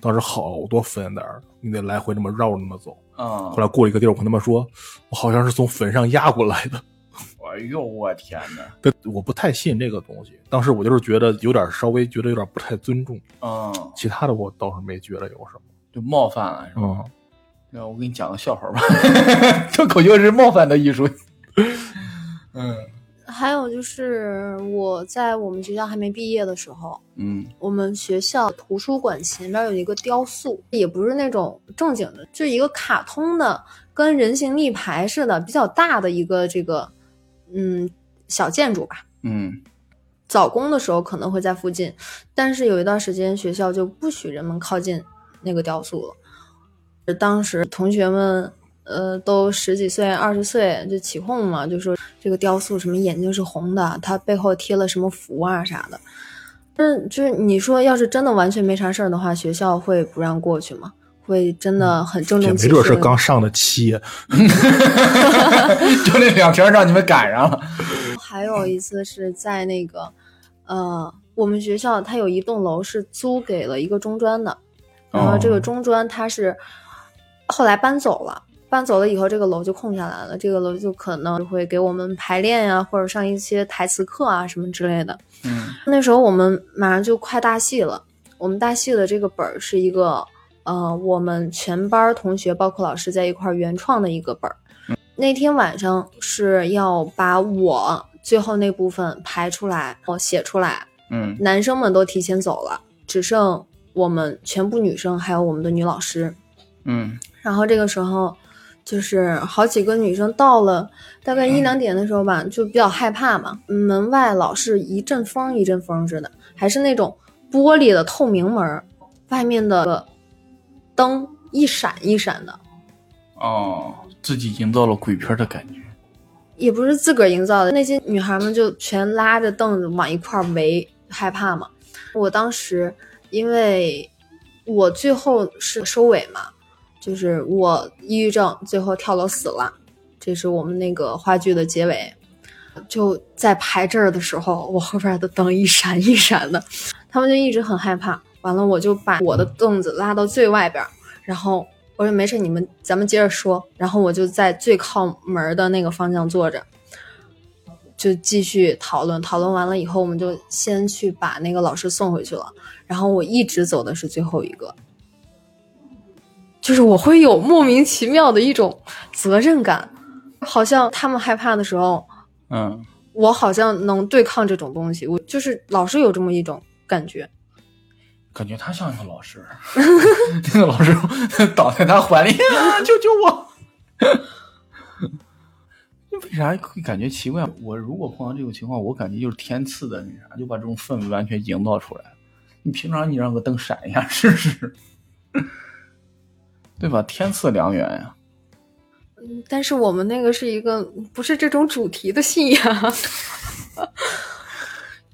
Speaker 2: 当时好多坟在那儿，你得来回那么绕着那么走。
Speaker 1: 嗯
Speaker 2: 后来过了一个地儿，我跟他们说，我好像是从坟上压过来的。
Speaker 1: 哎呦，我天哪！
Speaker 2: 但我不太信这个东西。当时我就是觉得有点稍微觉得有点不太尊重，
Speaker 1: 嗯，
Speaker 2: 其他的我倒是没觉得有什么。
Speaker 1: 就冒犯了，是吧？
Speaker 2: 嗯，
Speaker 1: 那我给 *laughs* 你讲个笑话吧，脱口秀是冒犯的艺术。嗯，
Speaker 4: 还有就是我在我们学校还没毕业的时候，
Speaker 1: 嗯
Speaker 4: 我们学校图书馆前面有一个雕塑，也不是那种正经的，就一个卡通的，跟人形立牌似的，比较大的一个这个嗯小建筑吧。
Speaker 1: 嗯
Speaker 4: 早工的时候可能会在附近，但是有一段时间学校就不许人们靠近那个雕塑了。当时同学们呃都十几岁、二十岁就起哄嘛，就说这个雕塑什么眼睛是红的，它背后贴了什么符啊啥的。嗯，就是你说要是真的完全没啥事儿的话，学校会不让过去吗？会真的很郑
Speaker 2: 嗯也
Speaker 4: 重
Speaker 2: 没
Speaker 4: 其
Speaker 2: 准
Speaker 4: 事
Speaker 2: 是
Speaker 4: 地
Speaker 2: 刚上的啊期，
Speaker 3: 就那两条让你们赶上了。
Speaker 4: 还有一次是在那个，呃，我们学校它有一栋楼是租给了一个中专的，然
Speaker 1: 哦
Speaker 4: 后这个中专它是后来搬走了，搬走了以后这个楼就空下来了，这个楼就可能会给我们排练呀、或者上一些台词课啊什么之类的。
Speaker 3: 嗯，
Speaker 4: 那时候我们马上就快大戏了，我们大戏的这个本儿是一个呃，我们全班同学包括老师在一块儿原创的一个本儿。那天晚上是要把我最后那部分排出来，我写出来。
Speaker 1: 嗯
Speaker 4: 男生们都提前走了，只剩我们全部女生还有我们的女老师。
Speaker 1: 嗯
Speaker 4: 然后这个时候，就是好几个女生到了大概一两点的时候吧，就比较害怕嘛。门外老是一阵风一阵风似的，还是那种玻璃的透明门儿，外面的灯一闪一闪的，
Speaker 1: 哦，自己营造了鬼片的感觉。
Speaker 4: 也不是自个儿营造的。那些女孩们就全拉着凳子往一块儿围，害怕嘛。我当时因为我最后是收尾嘛，就是我抑郁症最后跳楼死了，这是我们那个话剧的结尾。就在排这儿的时候，我后边的灯一闪一闪的，他们就一直很害怕。完了，我就把我的凳子拉到最外边儿，然后我说没事，你们咱们接着说。然后我就在最靠门儿的那个方向坐着，就继续讨论。讨论完了以后，我们就先去把那个老师送回去了。然后我一直走的是最后一个，就是我会有莫名其妙的一种责任感，好像他们害怕的时候，
Speaker 1: 嗯
Speaker 4: 我好像能对抗这种东西。我就是老是有这么一种感觉。
Speaker 1: 感觉他像一个老师，那个老师 *laughs* 倒在他怀里啊，救救我！为啥会感觉奇怪？我如果碰到这种情况，我感觉就是天赐的那啥，就把这种氛围完全营造出来。你平常你让个灯闪一下试试，对吧？天赐良缘呀、
Speaker 4: 但是我们那个是一个不是这种主题的信仰。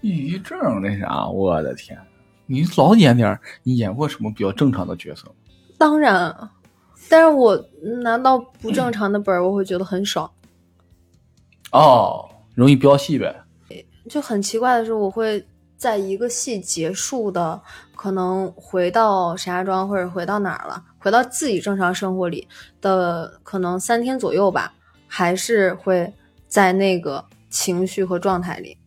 Speaker 1: 抑郁症那啥，我的天！你老演点儿，你演过什么比较正常的角色吗？
Speaker 4: 当然，啊但是我拿到不正常的本儿，我会觉得很爽。
Speaker 1: 哦，容易飙戏呗。
Speaker 4: 就很奇怪的是，我会在一个戏结束的，可能回到石家庄或者回到哪儿了，回到自己正常生活里的可能三天左右吧，还是会在那个情绪和状态里。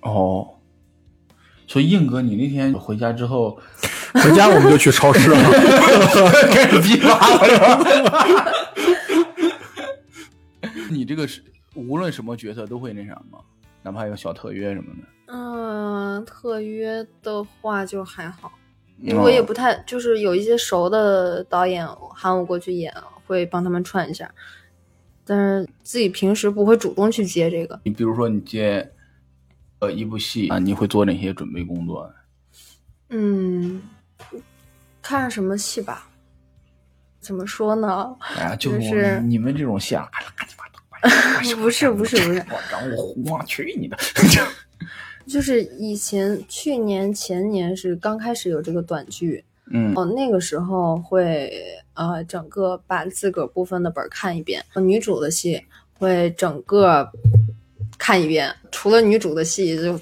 Speaker 1: 哦，所以硬哥，你那天回家之后
Speaker 2: 回家我们就去超市了。 *laughs*
Speaker 1: 开始批发了是吧， *laughs* 你这个是无论什么角色都会那啥吗？哪怕有小特约什么的，
Speaker 4: 嗯，特约的话就还好。因为我
Speaker 1: 嗯哦
Speaker 4: 也不太，就是有一些熟的导演喊我过去演，会帮他们串一下，但是自己平时不会主动去接这个。
Speaker 1: 你比如说你接呃一部戏啊，你会做哪些准备工
Speaker 4: *laughs*
Speaker 1: 作？
Speaker 4: 嗯，看什么戏吧？怎么说呢？
Speaker 1: 哎呀，就是是我们你们这种戏啊，垃圾八糟。
Speaker 4: 不是不是不是，哦
Speaker 1: 我让我胡我去你的！
Speaker 4: 就是以前去年前年是刚开始有这个短剧，
Speaker 1: 嗯
Speaker 4: 哦，那个时候会呃整个把自个儿部分的本儿看一遍，女主的戏会整个看一遍，除了女主的戏就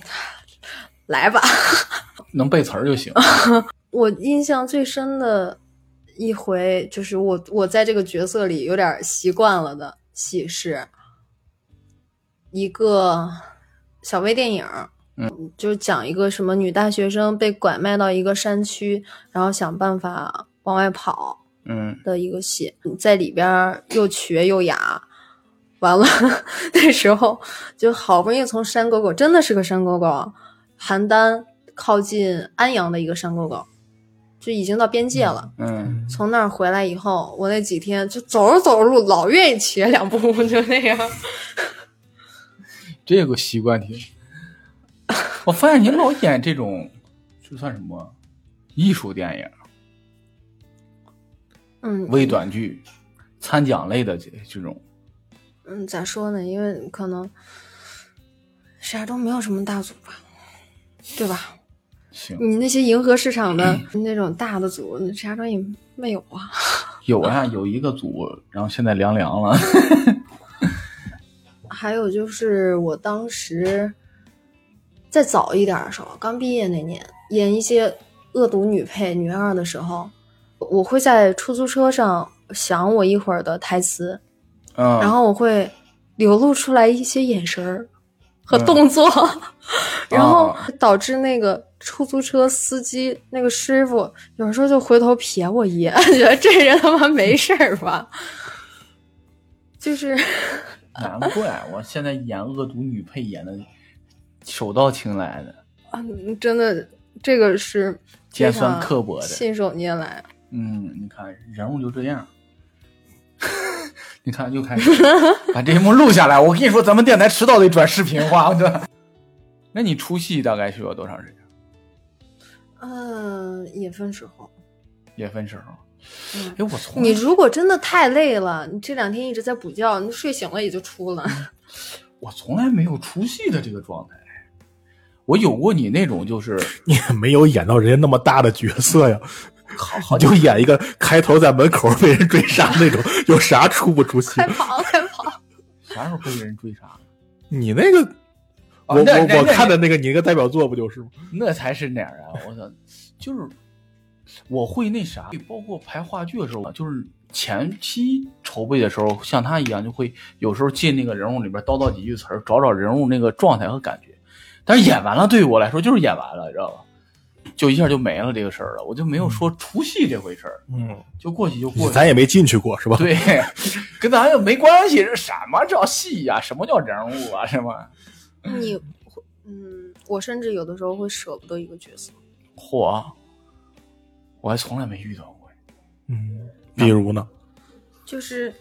Speaker 4: 来吧。 *laughs*
Speaker 1: 能背词儿就行。
Speaker 4: 我印象最深的一回就是我我在这个角色里有点习惯了的戏是一个小微电影，嗯，就是讲一个什么女大学生被拐卖到一个山区，然后想办法往外跑，
Speaker 1: 嗯
Speaker 4: 的一个戏，在里边儿又瘸又哑，完了 *laughs* 那时候就好不容易从山沟沟，真的是个山沟沟啊，邯郸靠近安阳的一个山沟沟，就已经到边界了。
Speaker 1: 嗯，
Speaker 4: 从那儿回来以后，我那几天就走着走着路，老愿意瘸两步， *laughs* 就那样。
Speaker 1: 这有个习惯挺。我发现你老演这种，这算什么？艺术电影、
Speaker 4: 嗯
Speaker 1: 微短剧、参奖类的这这种，
Speaker 4: 嗯，咋说呢？因为可能啥都没有什么大组吧，对吧？
Speaker 1: 行
Speaker 4: 你那些迎合市场的那种大的组，啥时候也没有啊？
Speaker 1: 有啊，有一个组，然后现在凉凉了。
Speaker 4: 还有就是我当时再早一点儿的时候，刚毕业那年，演一些恶毒女配、女二的时候，我会在出租车上想我一会儿的台词，
Speaker 1: 嗯，
Speaker 4: 然后我会流露出来一些眼神儿和动作， *laughs* 然后导致那个出租车司机那个师傅有时候就回头瞥我一眼， *laughs* 觉得这人他妈没事儿吧？ *laughs* 就是
Speaker 1: 难怪我现在演恶毒女配演的手到擒来的，
Speaker 4: 啊，嗯真的这个是
Speaker 1: 尖
Speaker 4: 非
Speaker 1: 酸
Speaker 4: 常
Speaker 1: 刻薄的。
Speaker 4: 信手拈来。
Speaker 1: 嗯，你看人物就这样。 *laughs* 你看又开始把这一幕录下来，我跟你说，咱们电台迟早得转视频化。的。那你出戏大概需要多长时间？
Speaker 4: 嗯、也分时候。
Speaker 1: 也分时候。
Speaker 4: 嗯
Speaker 1: 哎，我从
Speaker 4: 你如果真的太累了，你这两天一直在补觉，你睡醒了也就出了。
Speaker 1: 我从来没有出戏的这个状态。我有过你那种就是
Speaker 2: 你也没有演到人家那么大的角色呀，
Speaker 1: 好好
Speaker 2: 你就演一个开头在门口被人追杀那种，有啥出不出戏
Speaker 4: 快？跑，快跑！
Speaker 1: 啥时候被人追杀？
Speaker 2: 你那个，我
Speaker 1: 哦那
Speaker 2: 我
Speaker 1: 那
Speaker 2: 我
Speaker 1: 那
Speaker 2: 看的那个你那个代表作不就是吗？
Speaker 1: 那才是哪儿啊！我操，就是我会那啥，包括排话剧的时候啊，就是前期筹备的时候，像他一样，就会有时候进那个人物里边叨叨几句词儿，找找人物那个状态和感觉。但是演完了，对于我来说就是演完了，知道吧？就一下就没了这个事儿了，我就没有说出戏这回事儿，
Speaker 2: 嗯，
Speaker 1: 就过去就过去。
Speaker 2: 咱也没进去过是吧？
Speaker 1: 对， *laughs* 跟咱又没关系，这什么叫戏呀、什么叫人物啊？什么？
Speaker 4: 你，嗯，我甚至有的时候会舍不得一个角色。
Speaker 1: 嚯，我还从来没遇到过。
Speaker 2: 嗯，比如呢？
Speaker 4: 就是，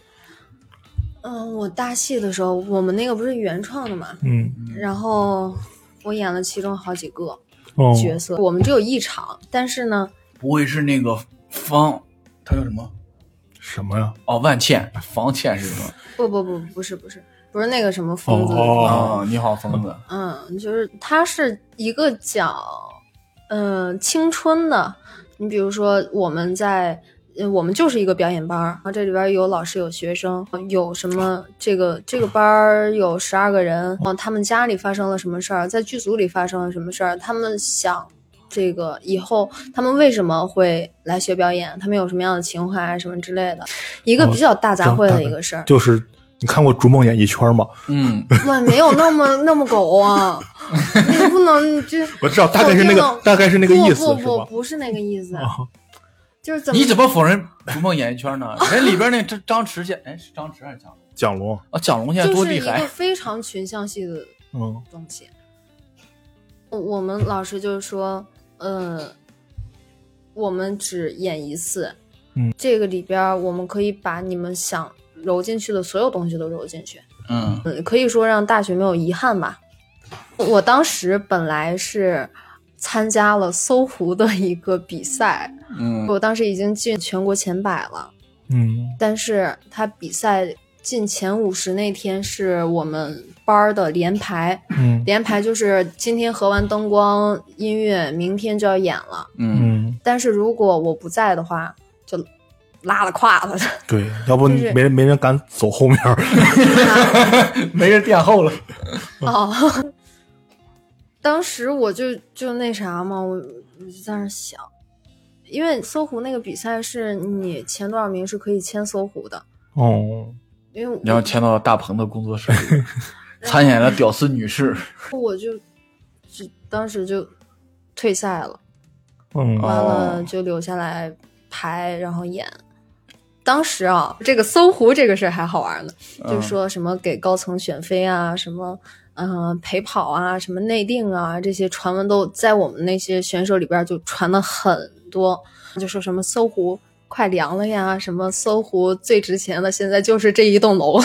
Speaker 4: 嗯、我大戏的时候，我们那个不是原创的嘛，
Speaker 2: 嗯，
Speaker 4: 然后我演了其中好几个
Speaker 2: 哦
Speaker 4: 角色，我们只有一场，但是呢，
Speaker 1: 不会是那个方，他叫什么？
Speaker 2: 什么呀？
Speaker 1: 哦，万茜，房茜是什么？
Speaker 4: 不不不，不是不是不是那个什么疯子的
Speaker 2: 哦
Speaker 4: 疯，
Speaker 1: 啊、你好，疯子。
Speaker 4: 嗯，就是它是一个讲，嗯、青春的。你比如说，我们在，呃我们就是一个表演班儿，然后这里边儿有老师有学生，有什么这个这个班儿有十二个人，哦，他们家里发生了什么事儿，在剧组里发生了什么事儿，他们想这个以后他们为什么会来学表演，他们有什么样的情怀啊什么之类的，一个
Speaker 2: 哦
Speaker 4: 比较大杂
Speaker 2: 这样
Speaker 4: 烩
Speaker 2: 大
Speaker 4: 的
Speaker 2: 概
Speaker 4: 一个事儿。
Speaker 2: 就是你看过《逐梦演艺圈》吗？
Speaker 1: 嗯，
Speaker 4: 哇，没有那么那么狗啊，你不能你这。
Speaker 2: 我知道，大概是那
Speaker 4: 我听
Speaker 2: 个
Speaker 4: 懂，
Speaker 2: 大概是那个意思
Speaker 4: 不
Speaker 2: 是
Speaker 4: 不不，
Speaker 2: 吧？
Speaker 4: 不是那个意思，
Speaker 2: 啊，
Speaker 4: 就是怎么
Speaker 1: 你怎么否认《逐梦演艺圈》 *laughs* 呢？人里边那张张弛现，哎，是张弛还是蒋龙？
Speaker 2: 蒋龙，
Speaker 1: 啊，蒋龙现在
Speaker 4: 就
Speaker 1: 多
Speaker 4: 是
Speaker 1: 厉
Speaker 4: 一个
Speaker 1: 害！
Speaker 4: 非常群像戏的
Speaker 2: 嗯，
Speaker 4: 东西。我我们老师就是说，呃，我们只演一次，
Speaker 2: 嗯，
Speaker 4: 这个里边儿我们可以把你们想揉进去的所有东西都揉进去，
Speaker 1: 嗯
Speaker 4: 嗯，可以说让大学没有遗憾吧。我当时本来是参加了搜狐的一个比赛，
Speaker 1: 嗯
Speaker 4: 我当时已经进全国前百了。
Speaker 2: 嗯，
Speaker 4: 但是他比赛进前五十那天是我们班儿的联排，
Speaker 2: 嗯，
Speaker 4: 联排就是今天合完灯光音乐，明天就要演了。
Speaker 1: 嗯，
Speaker 2: 嗯，
Speaker 4: 但是如果我不在的话，就拉了胯了。
Speaker 2: 对，要不
Speaker 4: 就是
Speaker 2: 没人没人敢走后
Speaker 4: *laughs*
Speaker 2: 面儿。
Speaker 1: *laughs* 没人垫后了。
Speaker 4: 哦， *laughs* 当时我就就那啥嘛，我我就在那儿想，因为搜狐那个比赛是你前多少名是可以签搜狐的，
Speaker 2: 哦，
Speaker 4: 因为我
Speaker 1: 然后签到大鹏的工作室 *laughs* 里，参演了《屌丝女士》。
Speaker 4: 我就就当时就退赛了。
Speaker 2: 嗯
Speaker 1: 哦
Speaker 4: 完了就留下来排，然后演。当时啊，这个搜狐这个事儿还好玩呢，就是说什么给高层选妃啊，什么嗯、呃陪跑啊，什么内定啊，这些传闻都在我们那些选手里边就传了很多，就说什么搜狐快凉了呀，什么搜狐最值钱的现在就是这一栋楼了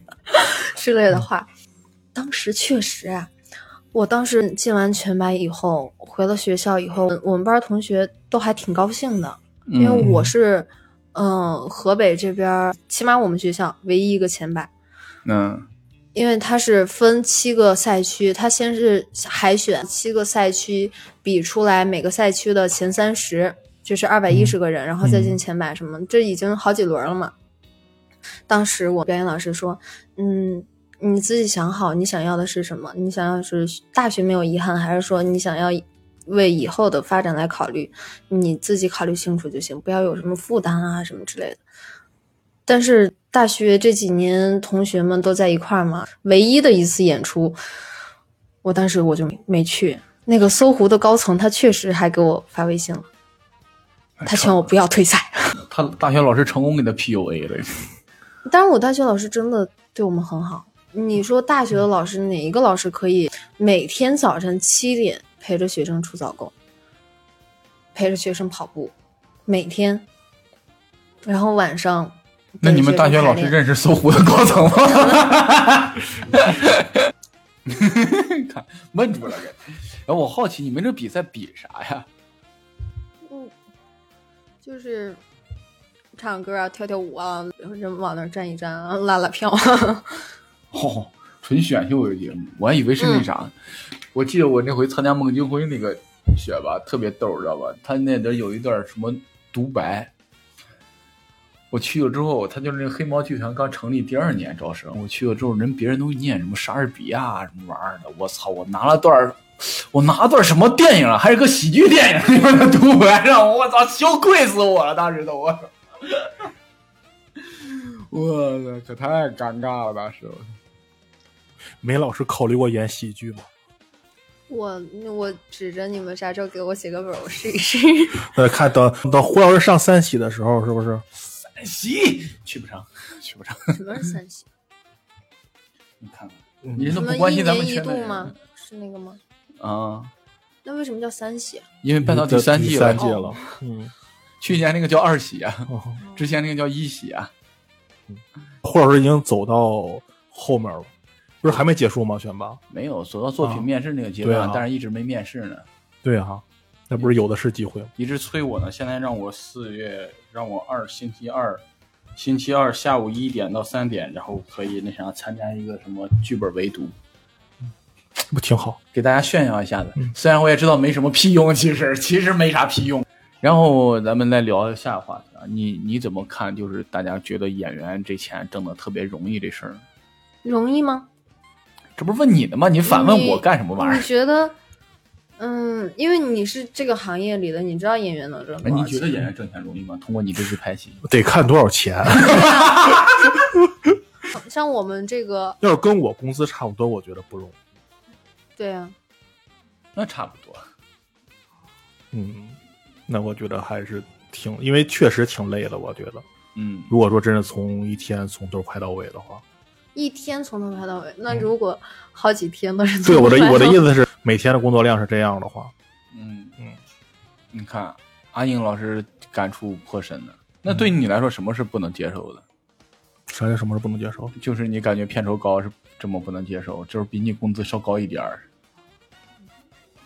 Speaker 4: *laughs* 之类的话。当时确实啊，我当时进完全白以后，回了学校以后，我们班同学都还挺高兴的，
Speaker 1: 因
Speaker 4: 因为我是，嗯，河北这边儿，起码我们学校唯一一个前百，
Speaker 1: 嗯
Speaker 4: 因为它是分七个赛区，它先是海选七个赛区比出来每个赛区的前三十，就是二百一十个人，然后再进前百什么，这已经好几轮了嘛。当时我表演老师说，嗯。你自己想好，你想要的是什么？你想要是大学没有遗憾，还是说你想要为以后的发展来考虑？你自己考虑清楚就行，不要有什么负担啊什么之类的。但是大学这几年同学们都在一块儿嘛，唯一的一次演出，我当时我就没没去。那个搜狐的高层他确实还给我发微信了，他劝我不要退赛。
Speaker 1: 他大学老师成功给他 PUA 了，
Speaker 4: 但是我大学老师真的对我们很好。你说大
Speaker 1: 嗯
Speaker 4: 学的老师哪一个老师可以每天早晨七点陪着学生出早购，陪着学生跑步，每天，然后晚上
Speaker 1: 那你们大学老
Speaker 4: 陪
Speaker 1: 师
Speaker 4: 着
Speaker 1: 认识
Speaker 4: 学生排练
Speaker 1: 搜狐的高层吗？ *laughs* 看闷住了，给。然后我好奇你们这比赛比啥呀？
Speaker 4: 嗯就是唱歌啊、跳跳舞啊，然后人往那儿站一站啊、拉拉票。啊
Speaker 1: 哦，纯选秀的节目，我还以为是那啥。我记得我那回参加孟京辉那个雪吧，特别逗，知道吧？他那里有一段什么独白。我去了之后，他就是那个黑猫剧团刚成立第二年招生。我去了之后，人别人都念什么莎士比亚啊什么玩意儿的，我操！我拿了段儿我拿段什么电影啊？还是个喜剧电影里面的独白，让我我操，羞愧死我了！当时都我操，我操，可太尴尬了，当时。
Speaker 2: 梅老师考虑过演喜剧吗？
Speaker 4: *laughs* 我我指着你们啥时候给我写个本儿，我试一试。
Speaker 2: 呃，看等等胡老师上三喜的时候，是不是？
Speaker 1: 喜去不成，去不成。
Speaker 4: *laughs* 什么是三喜？
Speaker 1: 你看看，
Speaker 2: 嗯
Speaker 1: 你
Speaker 4: 什
Speaker 1: 都
Speaker 4: 么
Speaker 1: 不关
Speaker 4: 一
Speaker 1: 心咱
Speaker 4: 年
Speaker 1: 们
Speaker 4: 一
Speaker 1: 圈
Speaker 4: 度
Speaker 1: 内人
Speaker 4: 吗？是那个吗？
Speaker 1: 啊？
Speaker 4: 那为什么叫三喜啊？
Speaker 1: 因为办到第
Speaker 2: 第
Speaker 1: 三季了哦
Speaker 2: 三，季了，嗯，
Speaker 1: 去年那个叫二喜啊，
Speaker 2: 哦
Speaker 1: 之前那个叫一喜啊。
Speaker 2: 胡老师已经走到后面了，不是还没结束吗？选拔？
Speaker 1: 没有走到作品
Speaker 2: 啊
Speaker 1: 面试那个阶
Speaker 2: 对
Speaker 1: 段，
Speaker 2: 啊
Speaker 1: 但是一直没面试呢，
Speaker 2: 对啊，那不是有的是机会吗？
Speaker 1: 一直催我呢。现在让我四月，让我二星期二，星期二下午一点到三点，然后可以那啥参加一个什么剧本围读，
Speaker 2: 不挺好？
Speaker 1: 给大家炫耀一下子。虽然我也知道没什么屁用，其实其实没啥屁用。然后咱们来聊下一个话题啊，你你怎么看？就是大家觉得演员这钱挣的特别容易这事儿，
Speaker 4: 容易吗？
Speaker 1: 这不是问你的吗？你反问
Speaker 4: 你
Speaker 1: 我干什么玩意
Speaker 4: 你
Speaker 1: 儿？
Speaker 4: 觉得，嗯，因为你是这个行业里的，你知道演员能挣
Speaker 1: 哎，
Speaker 4: 多
Speaker 1: 你
Speaker 4: 少
Speaker 1: 觉
Speaker 4: 钱？
Speaker 1: 得演员挣钱容易吗？通过你这次拍戏，
Speaker 2: 得看多少钱。 *laughs*
Speaker 4: 像我们这个，
Speaker 2: 要是跟我工资差不多，我觉得不容易。
Speaker 4: 对啊，
Speaker 1: 那差不多。
Speaker 2: 嗯，那我觉得还是挺，因为确实挺累的。我觉得，
Speaker 1: 嗯，
Speaker 2: 如果说真是从一天从头拍到尾的
Speaker 1: *laughs*
Speaker 2: 话，
Speaker 4: 一天从头拍到尾，那如果好几天都是
Speaker 2: 对我的我的意
Speaker 4: 思，
Speaker 2: 思是，每天的工作量是这样的话，
Speaker 1: 嗯
Speaker 2: 嗯，
Speaker 1: 你看阿英老师感触颇深的。那对你来说，什么是不能接受的？
Speaker 2: 啥叫什么是不能接受？
Speaker 1: 就是你感觉片酬高是这么不能接受，就是比你工资稍高一点儿。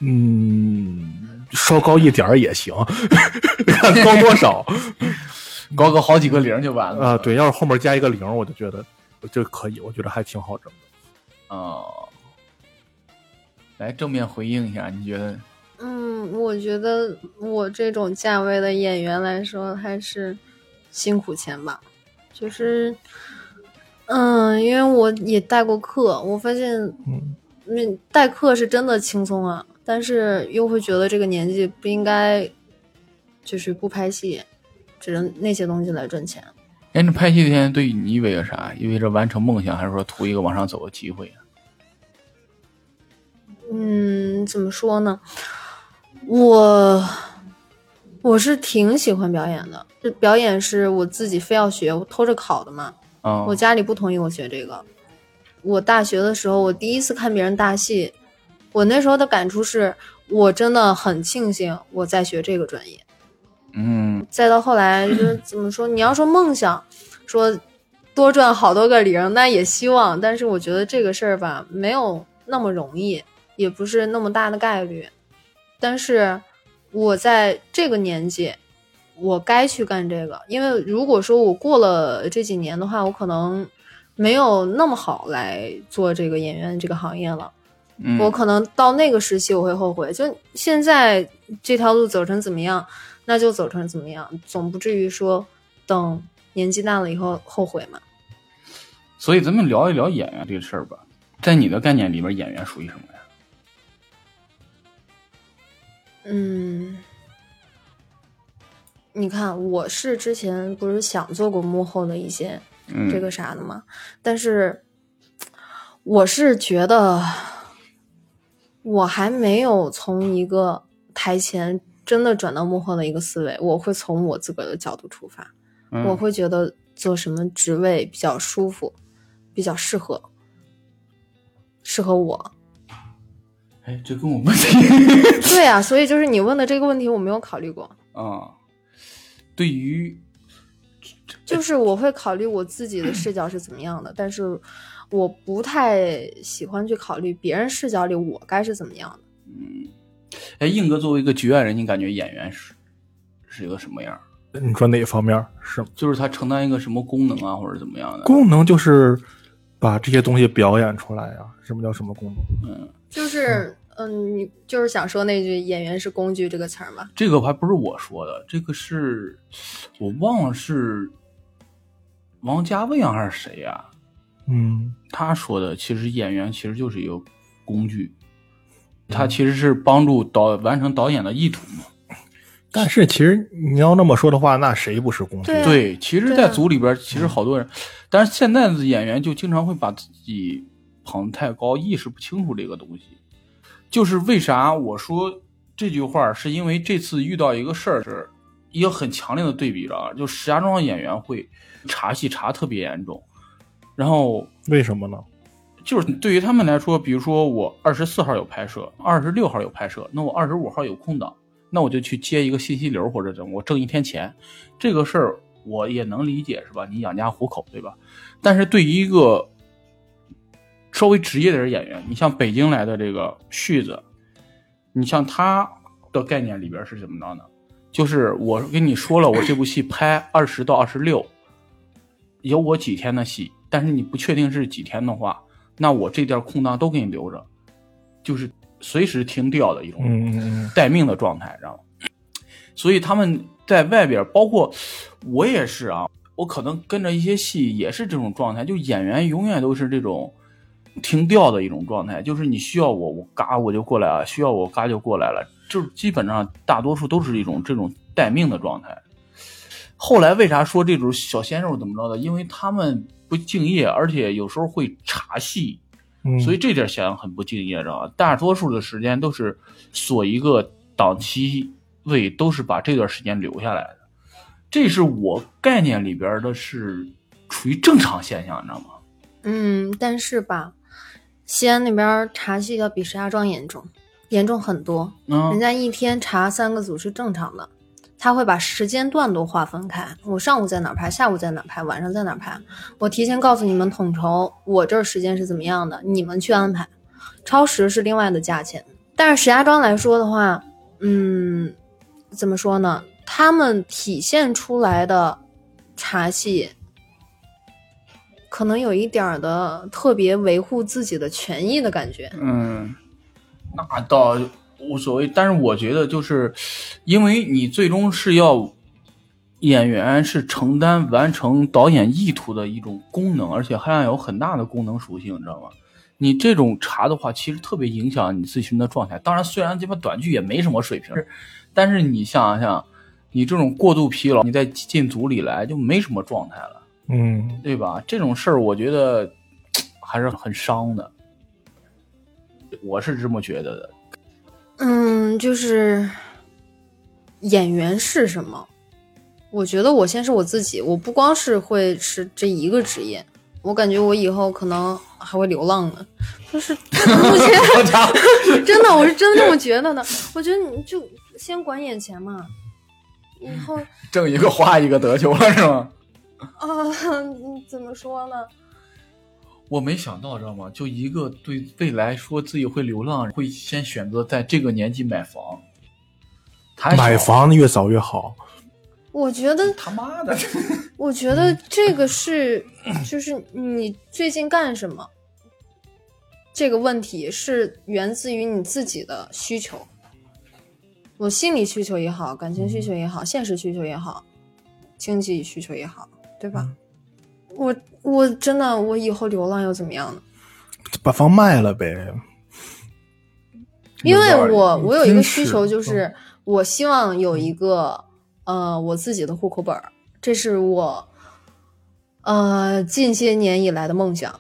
Speaker 2: 嗯，稍高一点儿也行， *laughs* 看高
Speaker 1: *laughs*
Speaker 2: 多少
Speaker 1: 高个好几个零就完了
Speaker 2: 啊？对，要是后面加一个零，我就觉得这可以，我觉得还挺好整的。
Speaker 1: 哦，来正面回应一下，你觉得
Speaker 4: 嗯，我觉得我这种价位的演员来说，还是辛苦钱吧，就是，嗯，因为我也带过课，我发现
Speaker 2: 嗯，
Speaker 4: 那代课是真的轻松啊，但是又会觉得这个年纪不应该，就是不拍戏，只能那些东西来赚钱。
Speaker 1: 哎，那拍戏现在对你意味着啥？意味着完成梦想，还是说图一个往上走的机会啊？
Speaker 4: 嗯，怎么说呢？我我是挺喜欢表演的，这表演是我自己非要学，我偷着考的嘛。
Speaker 1: 啊
Speaker 4: 我家里不同意我学这个。我大学的时候，我第一次看别人大戏，我那时候的感触是我真的很庆幸我在学这个专业。
Speaker 1: 嗯
Speaker 4: 再到后来就是怎么说，你要说梦想，说多赚好多个零，那也希望，但是我觉得这个事儿吧，没有那么容易，也不是那么大的概率。但是我在这个年纪，我该去干这个，因为如果说我过了这几年的话，我可能没有那么好来做这个演员这个行业了。
Speaker 1: 嗯，
Speaker 4: 我可能到那个时期我会后悔，就现在这条路走成怎么样，那就走成怎么样，总不至于说等年纪大了以后后悔嘛。
Speaker 1: 所以咱们聊一聊演员这个事儿吧。在你的概念里边，演员属于什么呀？
Speaker 4: 嗯，你看，我是之前不是想做过幕后的一些
Speaker 1: 嗯，
Speaker 4: 这个啥的嘛，但是我是觉得我还没有从一个台前真的转到幕后的一个思维，我会从我自个儿的角度出发。
Speaker 1: 嗯
Speaker 4: 我会觉得做什么职位比较舒服，比较适合，适合我。
Speaker 1: 哎，这跟我问题
Speaker 4: 对啊，所以就是你问的这个问题，我没有考虑过。
Speaker 1: *laughs* 啊，对于
Speaker 4: 就是我会考虑我自己的视角是怎么样的，但是我不太喜欢去考虑别人视角里我该是怎么样的。
Speaker 1: 哎硬哥作为一个局外人，你感觉演员是是一个什么样儿？
Speaker 2: 你说哪方面是
Speaker 1: 就是他承担一个什么功能啊，或者怎么样的？
Speaker 2: 功能？就是把这些东西表演出来呀、什么叫什么功能？
Speaker 4: 就是嗯，你就是想说那句“演员是工具”这个词儿吗？
Speaker 1: 这个还不是我说的，这个是我忘了是王家卫啊还是谁呀、
Speaker 2: 嗯，
Speaker 1: 他说的，其实演员其实就是一个工具，他其实是帮助导完成导演的意图嘛。
Speaker 2: 但是其实你要那么说的话，那谁不是工具？
Speaker 4: 对啊
Speaker 1: 对，其实，
Speaker 4: 对啊
Speaker 1: 在组里边，其实好多人，但是现在的演员就经常会把自己捧太高，意识不清楚这个东西。就是为啥我说这句话，是因为这次遇到一个事儿是一个很强烈的对比了啊，就石家庄演员会查戏查特别严重，然后
Speaker 2: 为什么呢？
Speaker 1: 就是对于他们来说，比如说我二十四号有拍摄，二十六号有拍摄，那我二十五号有空档，那我就去接一个信息流或者怎么，我挣一天钱，这个事儿我也能理解，是吧？你养家糊口，对吧？但是对于一个稍微职业点的演员，你像北京来的这个旭子，你像他的概念里边是怎么着呢？就是我跟你说了，我这部戏拍二十到二十六，有我几天的戏，但是你不确定是几天的话，那我这点空档都给你留着，就是随时停掉的一种
Speaker 2: 嗯嗯嗯，
Speaker 1: 待命的状态，知道吗？所以他们在外边，包括我也是啊，我可能跟着一些戏也是这种状态，就演员永远都是这种停掉的一种状态，就是你需要我，我嘎我就过来了，需要我嘎就过来了，就是基本上大多数都是一种这种待命的状态。后来为啥说这种小鲜肉怎么着的？因为他们不敬业，而且有时候会查戏，
Speaker 2: 嗯
Speaker 1: 所以这点显然很不敬业，知道吧？大多数的时间都是锁一个档期位，都是把这段时间留下来的。这是我概念里边的是处于正常现象，你知道吗？
Speaker 4: 嗯，但是吧，西安那边查戏要比石家庄严重，严重很多。人
Speaker 1: 嗯
Speaker 4: 家一天查三个组是正常的，他会把时间段都划分开。我上午在哪儿拍，下午在哪儿拍，晚上在哪儿拍，我提前告诉你们统筹，我这儿时间是怎么样的，你们去安排。超时是另外的价钱，但是石家庄来说的话，嗯，怎么说呢？他们体现出来的茶戏，可能有一点儿的特别维护自己的权益的感觉。
Speaker 1: 嗯，那倒无所谓，但是我觉得就是，因为你最终是要演员是承担完成导演意图的一种功能，而且还要有很大的功能属性，你知道吗？你这种查的话，其实特别影响你自身的状态。当然，虽然这帮短剧也没什么水平，但是你想想，你这种过度疲劳，你再进组里来就没什么状态了，
Speaker 2: 嗯，
Speaker 1: 对吧？这种事儿，我觉得还是很伤的。我是这么觉得的。
Speaker 4: 嗯，就是演员是什么？我觉得我先是我自己，我不光是会是这一个职业，我感觉我以后可能还会流浪呢。就是我觉得
Speaker 1: 好家 *laughs* 伙，
Speaker 4: 真的，我是真的这么觉得的。我觉得你就先管眼前嘛，以后
Speaker 1: 挣一个花一个得球了是吗？
Speaker 4: 啊， *laughs* 嗯怎么说呢？
Speaker 1: 我没想到，知道吗？就一个对未来说自己会流浪，会先选择在这个年纪买房。太少了
Speaker 2: 买房越早越好。
Speaker 4: 我觉得，
Speaker 1: 他妈的！
Speaker 4: 我觉得
Speaker 1: 嗯
Speaker 4: 这个是，就是你最近干什么这个问题是源自于你自己的需求，我心理需求也好，感情需求也好，现实需求也好，经济需求也好，对吧？
Speaker 1: 嗯
Speaker 4: 我我真的我以后流浪又怎么样呢？
Speaker 2: 把房卖了呗。
Speaker 4: 因为
Speaker 1: 有道理嗯
Speaker 4: 我我有一个
Speaker 2: 真
Speaker 4: 需
Speaker 2: 是
Speaker 4: 求，就是我希望有一个呃我自己的户口本儿，这是我呃近些年以来的梦想，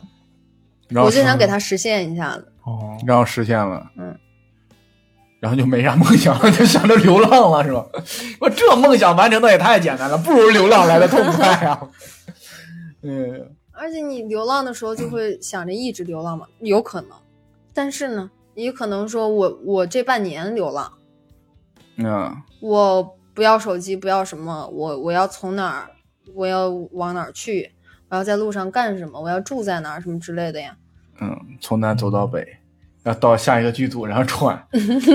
Speaker 1: 然后
Speaker 4: 我就想给它实现一下子。
Speaker 2: 哦，
Speaker 1: 然后实现了，
Speaker 4: 嗯，
Speaker 1: 然后就没啥梦想了， *laughs* 就想着流浪了，是吧？我这梦想完成的也太简单了，不如流浪来的痛快啊！ *laughs* 嗯，
Speaker 4: 而且你流浪的时候就会想着一直流浪嘛，有可能，但是呢，也可能说我我这半年流浪，
Speaker 1: 嗯，
Speaker 4: 我不要手机，不要什么，我我要从哪儿，我要往哪儿去，我要在路上干什么，我要住在哪儿，什么之类的呀。
Speaker 1: 嗯，从南走到北，然后到下一个剧组，然后转。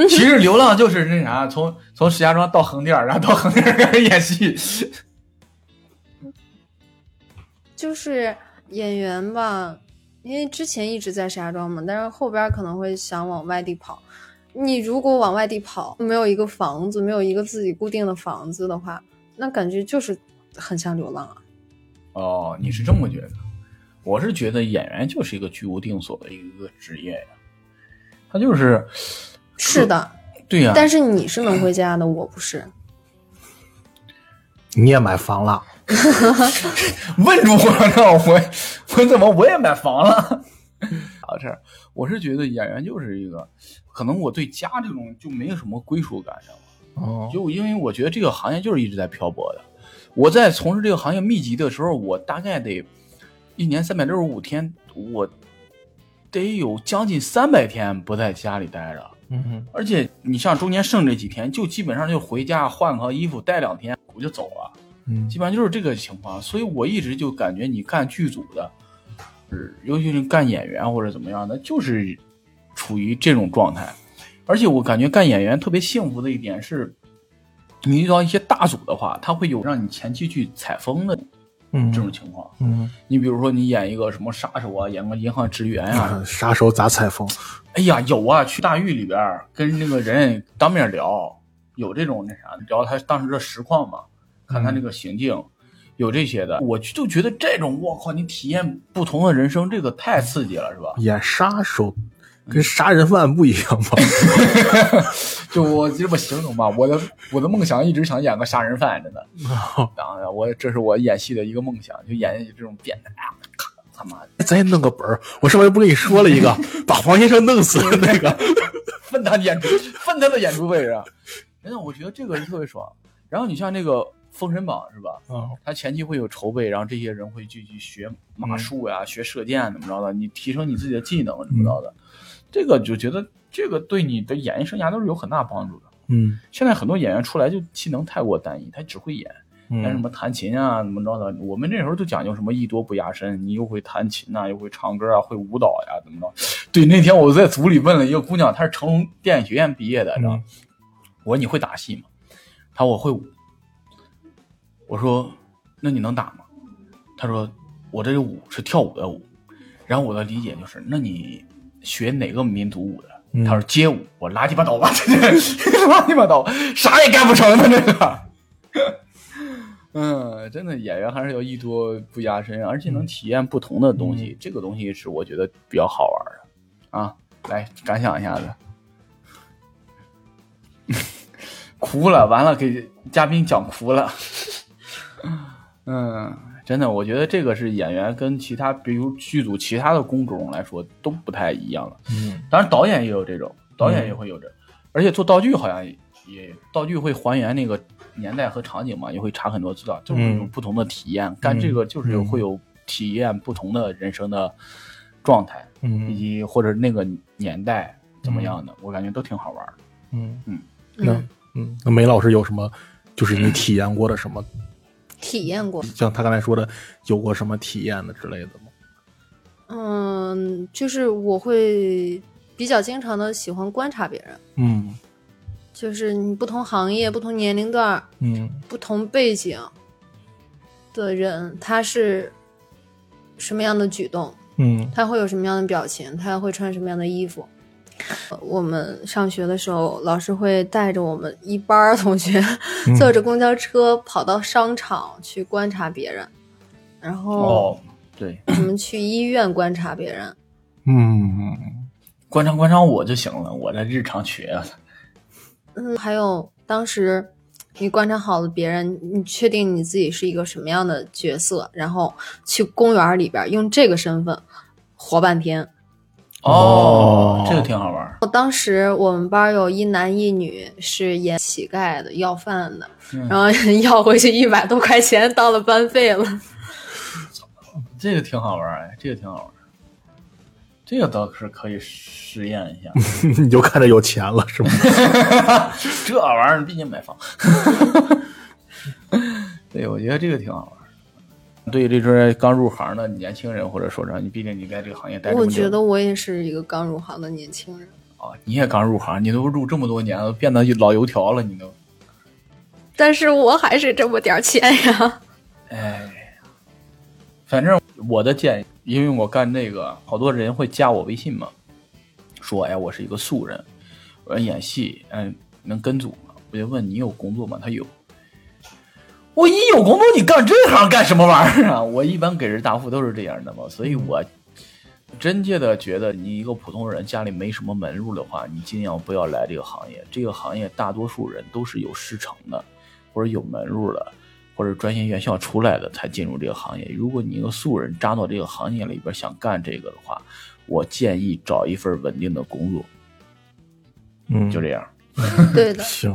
Speaker 1: 其实流浪就是那啥，从从石家庄到横店儿，然后到横店儿开始演戏。
Speaker 4: 就是演员吧，因为之前一直在石家庄嘛，但是后边可能会想往外地跑。你如果往外地跑，没有一个房子，没有一个自己固定的房子的话，那感觉就是很像流浪啊。
Speaker 1: 哦，你是这么觉得？我是觉得演员就是一个居无定所的一个职业呀，他就是
Speaker 4: 是的，
Speaker 1: 对呀、
Speaker 4: 但是你是能回家的，我不是。
Speaker 2: 你也买房了？
Speaker 1: 问住我了，我 *laughs* 我怎么我也买房了？ *laughs* 好事儿，我是觉得演员就是一个，可能我对家这种就没有什么归属感，知道吗？
Speaker 2: 哦，
Speaker 1: 就因为我觉得这个行业就是一直在漂泊的。我在从事这个行业密集的时候，我大概得一年三百六十五天，我得有将近三百天不在家里待着。
Speaker 2: 嗯哼，
Speaker 1: 而且你像中间剩这几天，就基本上就回家换个衣服，待两天我就走了。
Speaker 2: 嗯
Speaker 1: 基本上就是这个情况，所以我一直就感觉你干剧组的，呃尤其是干演员或者怎么样的，就是处于这种状态。而且我感觉干演员特别幸福的一点是，你遇到一些大组的话，他会有让你前期去采风的
Speaker 2: 嗯
Speaker 1: 这种情况。
Speaker 2: 嗯，
Speaker 1: 你比如说，你演一个什么杀手啊，演个银行职
Speaker 2: 哎
Speaker 1: 员啊，
Speaker 2: 啥时候嗯砸采风？
Speaker 1: 哎呀，有啊，去大狱里边儿跟那个人当面聊，有这种那啥，聊他当时的实况嘛，看他那个行径，有这些的。我就觉得这种，我靠，你体验不同的人生，这个太刺激了，是吧？ *laughs*
Speaker 2: 演杀手跟杀人犯不一样 *laughs* 吧？
Speaker 1: 就我这么形容吧，我的我的梦想一直想演个杀人犯，真的。当然，我这是我演戏的一个梦想，就演这种变态啊，咔他妈的
Speaker 2: 咱也弄个本儿。我上回不跟你说了一个把黄先生弄死的那个？
Speaker 1: 分他的演出，分他的演出费啊！真的，我觉得这个是特别爽。然后你像那个《封神榜》是吧？
Speaker 2: 哦，
Speaker 1: 他前期会有筹备，然后这些人会去去学马术呀、学射箭怎么着的，你提升你自己的技能怎么着的，这个就觉得这个对你的演艺生涯都是有很大帮助的。
Speaker 2: 嗯
Speaker 1: 现在很多演员出来就技能太过单一，他只会演，但什
Speaker 2: 嗯
Speaker 1: 么弹琴啊怎么着的，我们那时候就讲究什么艺多不压身，你又会弹琴呐、又会唱歌啊，会舞蹈呀、怎么着？对，那天我在组里问了一个姑娘，她是成龙电影学院毕业的，知道吗？我说你会打戏吗？她说我会舞。我说那你能打吗？她说我这个舞是跳舞的舞。然后我的理解就是，那你学哪个民族舞的？
Speaker 2: 嗯
Speaker 1: 她说街舞。我拉鸡巴倒吧， *laughs* 拉鸡巴倒，啥也干不成的这个。嗯，真的演员还是要艺多不压身，而且能体验不同的东西，这个东西是我觉得比较好玩的啊！来感想一下子，哭了，完了给嘉宾讲哭了。 *laughs* 嗯，真的，我觉得这个是演员跟其他，比如剧组其他的工种来说都不太一样了。
Speaker 2: 嗯
Speaker 1: 当然，导演也有这种，导演也会有这，而且做道具好像也道具会还原那个年代和场景嘛，也会查很多资料，就是有不同的体验。干这个就是有会有体验不同的人生的状态，以
Speaker 2: 嗯
Speaker 1: 及或者那个年代怎么样的，我感觉都挺好玩的。
Speaker 2: 嗯
Speaker 4: *clears throat* 嗯，
Speaker 2: 嗯，那梅老师有什么就是你体验过的什么？
Speaker 4: 体验过，
Speaker 2: 像他刚才说的，有过什么体验的之类的吗？
Speaker 4: 嗯，就是我会比较经常的喜欢观察别人，
Speaker 2: 嗯
Speaker 4: 就是你不同行业、不同年龄段儿、
Speaker 2: 嗯
Speaker 4: 不同背景的人，他是什么样的举动，
Speaker 2: 嗯
Speaker 4: 他会有什么样的表情，他会穿什么样的衣服。呃我们上学的时候，老师会带着我们一班儿同学
Speaker 2: 嗯
Speaker 4: *laughs* 坐着公交车跑到商场去观察别人，然后
Speaker 1: 哦，对，
Speaker 4: 我们去医院观察别人。
Speaker 2: 嗯
Speaker 1: 观察观察我就行了，我这日常学啊。
Speaker 4: 嗯，还有当时你观察好了别人，你确定你自己是一个什么样的角色，然后去公园里边用这个身份活半天。
Speaker 2: 哦
Speaker 1: 这个挺好玩。
Speaker 4: 我当时我们班有一男一女是演乞丐的、要饭的，
Speaker 1: 嗯
Speaker 4: 然后 *laughs* 要回去一百多块钱当了班费了。
Speaker 1: 这个挺好玩儿哎，这个挺好玩儿，这个倒是可以实验
Speaker 4: *laughs*
Speaker 1: 一下。
Speaker 2: *laughs* 你就看着有钱了是吗？
Speaker 1: 这玩意儿毕竟买房， *laughs* 对，我觉得这个挺好玩儿。对于这些刚入行的年轻人，或者说是你，毕竟你在这个行业待这么
Speaker 4: 我
Speaker 1: 久，
Speaker 4: 觉得我也是一个刚入行的年轻人，
Speaker 1: 啊，你也刚入行，你都入这么多年了，变得老油条了，你都，
Speaker 4: 但是我还是这么点儿钱呀。 *laughs*
Speaker 1: 哎，反正我的建议，因为我干这个，好多人会加我微信嘛，说哎，我是一个素人，我要演戏，嗯，能跟组吗？我就问你有工作吗？他有。我一有工作，你干这行干什么玩意儿啊？我一般给人答复都是这样的嘛，所以我真切的觉得，你一个普通人家里没什么门路的话，你尽量不要来这个行业。这个行业大多数人都是有师承的，或者有门路的，或者专业院校出来的才进入这个行业。如果你一个素人扎到这个行业里边想干这个的话，我建议找一份稳定的工作，
Speaker 2: 嗯
Speaker 1: 就这样。
Speaker 4: 对的，
Speaker 2: 行，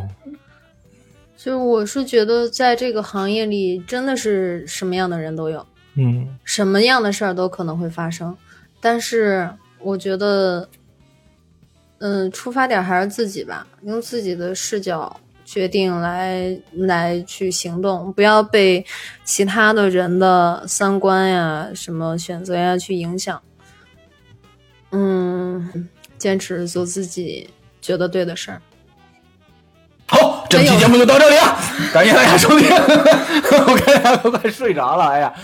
Speaker 4: 就是我是觉得在这个行业里，真的是什么样的人都有。
Speaker 2: 嗯
Speaker 4: 什么样的事儿都可能会发生，但是我觉得，嗯，出发点还是自己吧，用自己的视角决定来来去行动，不要被其他的人的三观呀、什么选择呀去影响。嗯，坚持做自己觉得对的事儿。
Speaker 1: 好，整期节目就到这里啊了，哎 *laughs* 感谢大家收 *laughs* 听。我看大家都快睡着了，哎呀，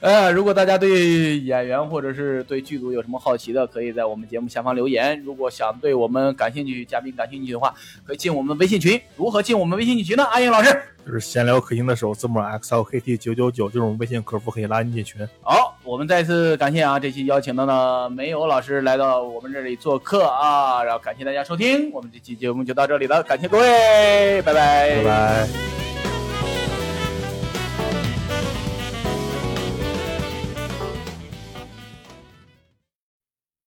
Speaker 1: 呃，如果大家对演员或者是对剧组有什么好奇的，可以在我们节目下方留言。如果想对我们感兴趣、嘉宾感兴趣的话，可以进我们微信群。如何进我们微信群呢？阿英老师。
Speaker 2: 就是闲聊可心的手，字母 X L K T 九九九这种微信客服可以拉您进群。
Speaker 1: 好，我们再次感谢啊，这期邀请到呢梅友老师来到我们这里做客啊，然后感谢大家收听，我们这期节目就到这里了，感谢各位，拜拜
Speaker 2: 拜拜。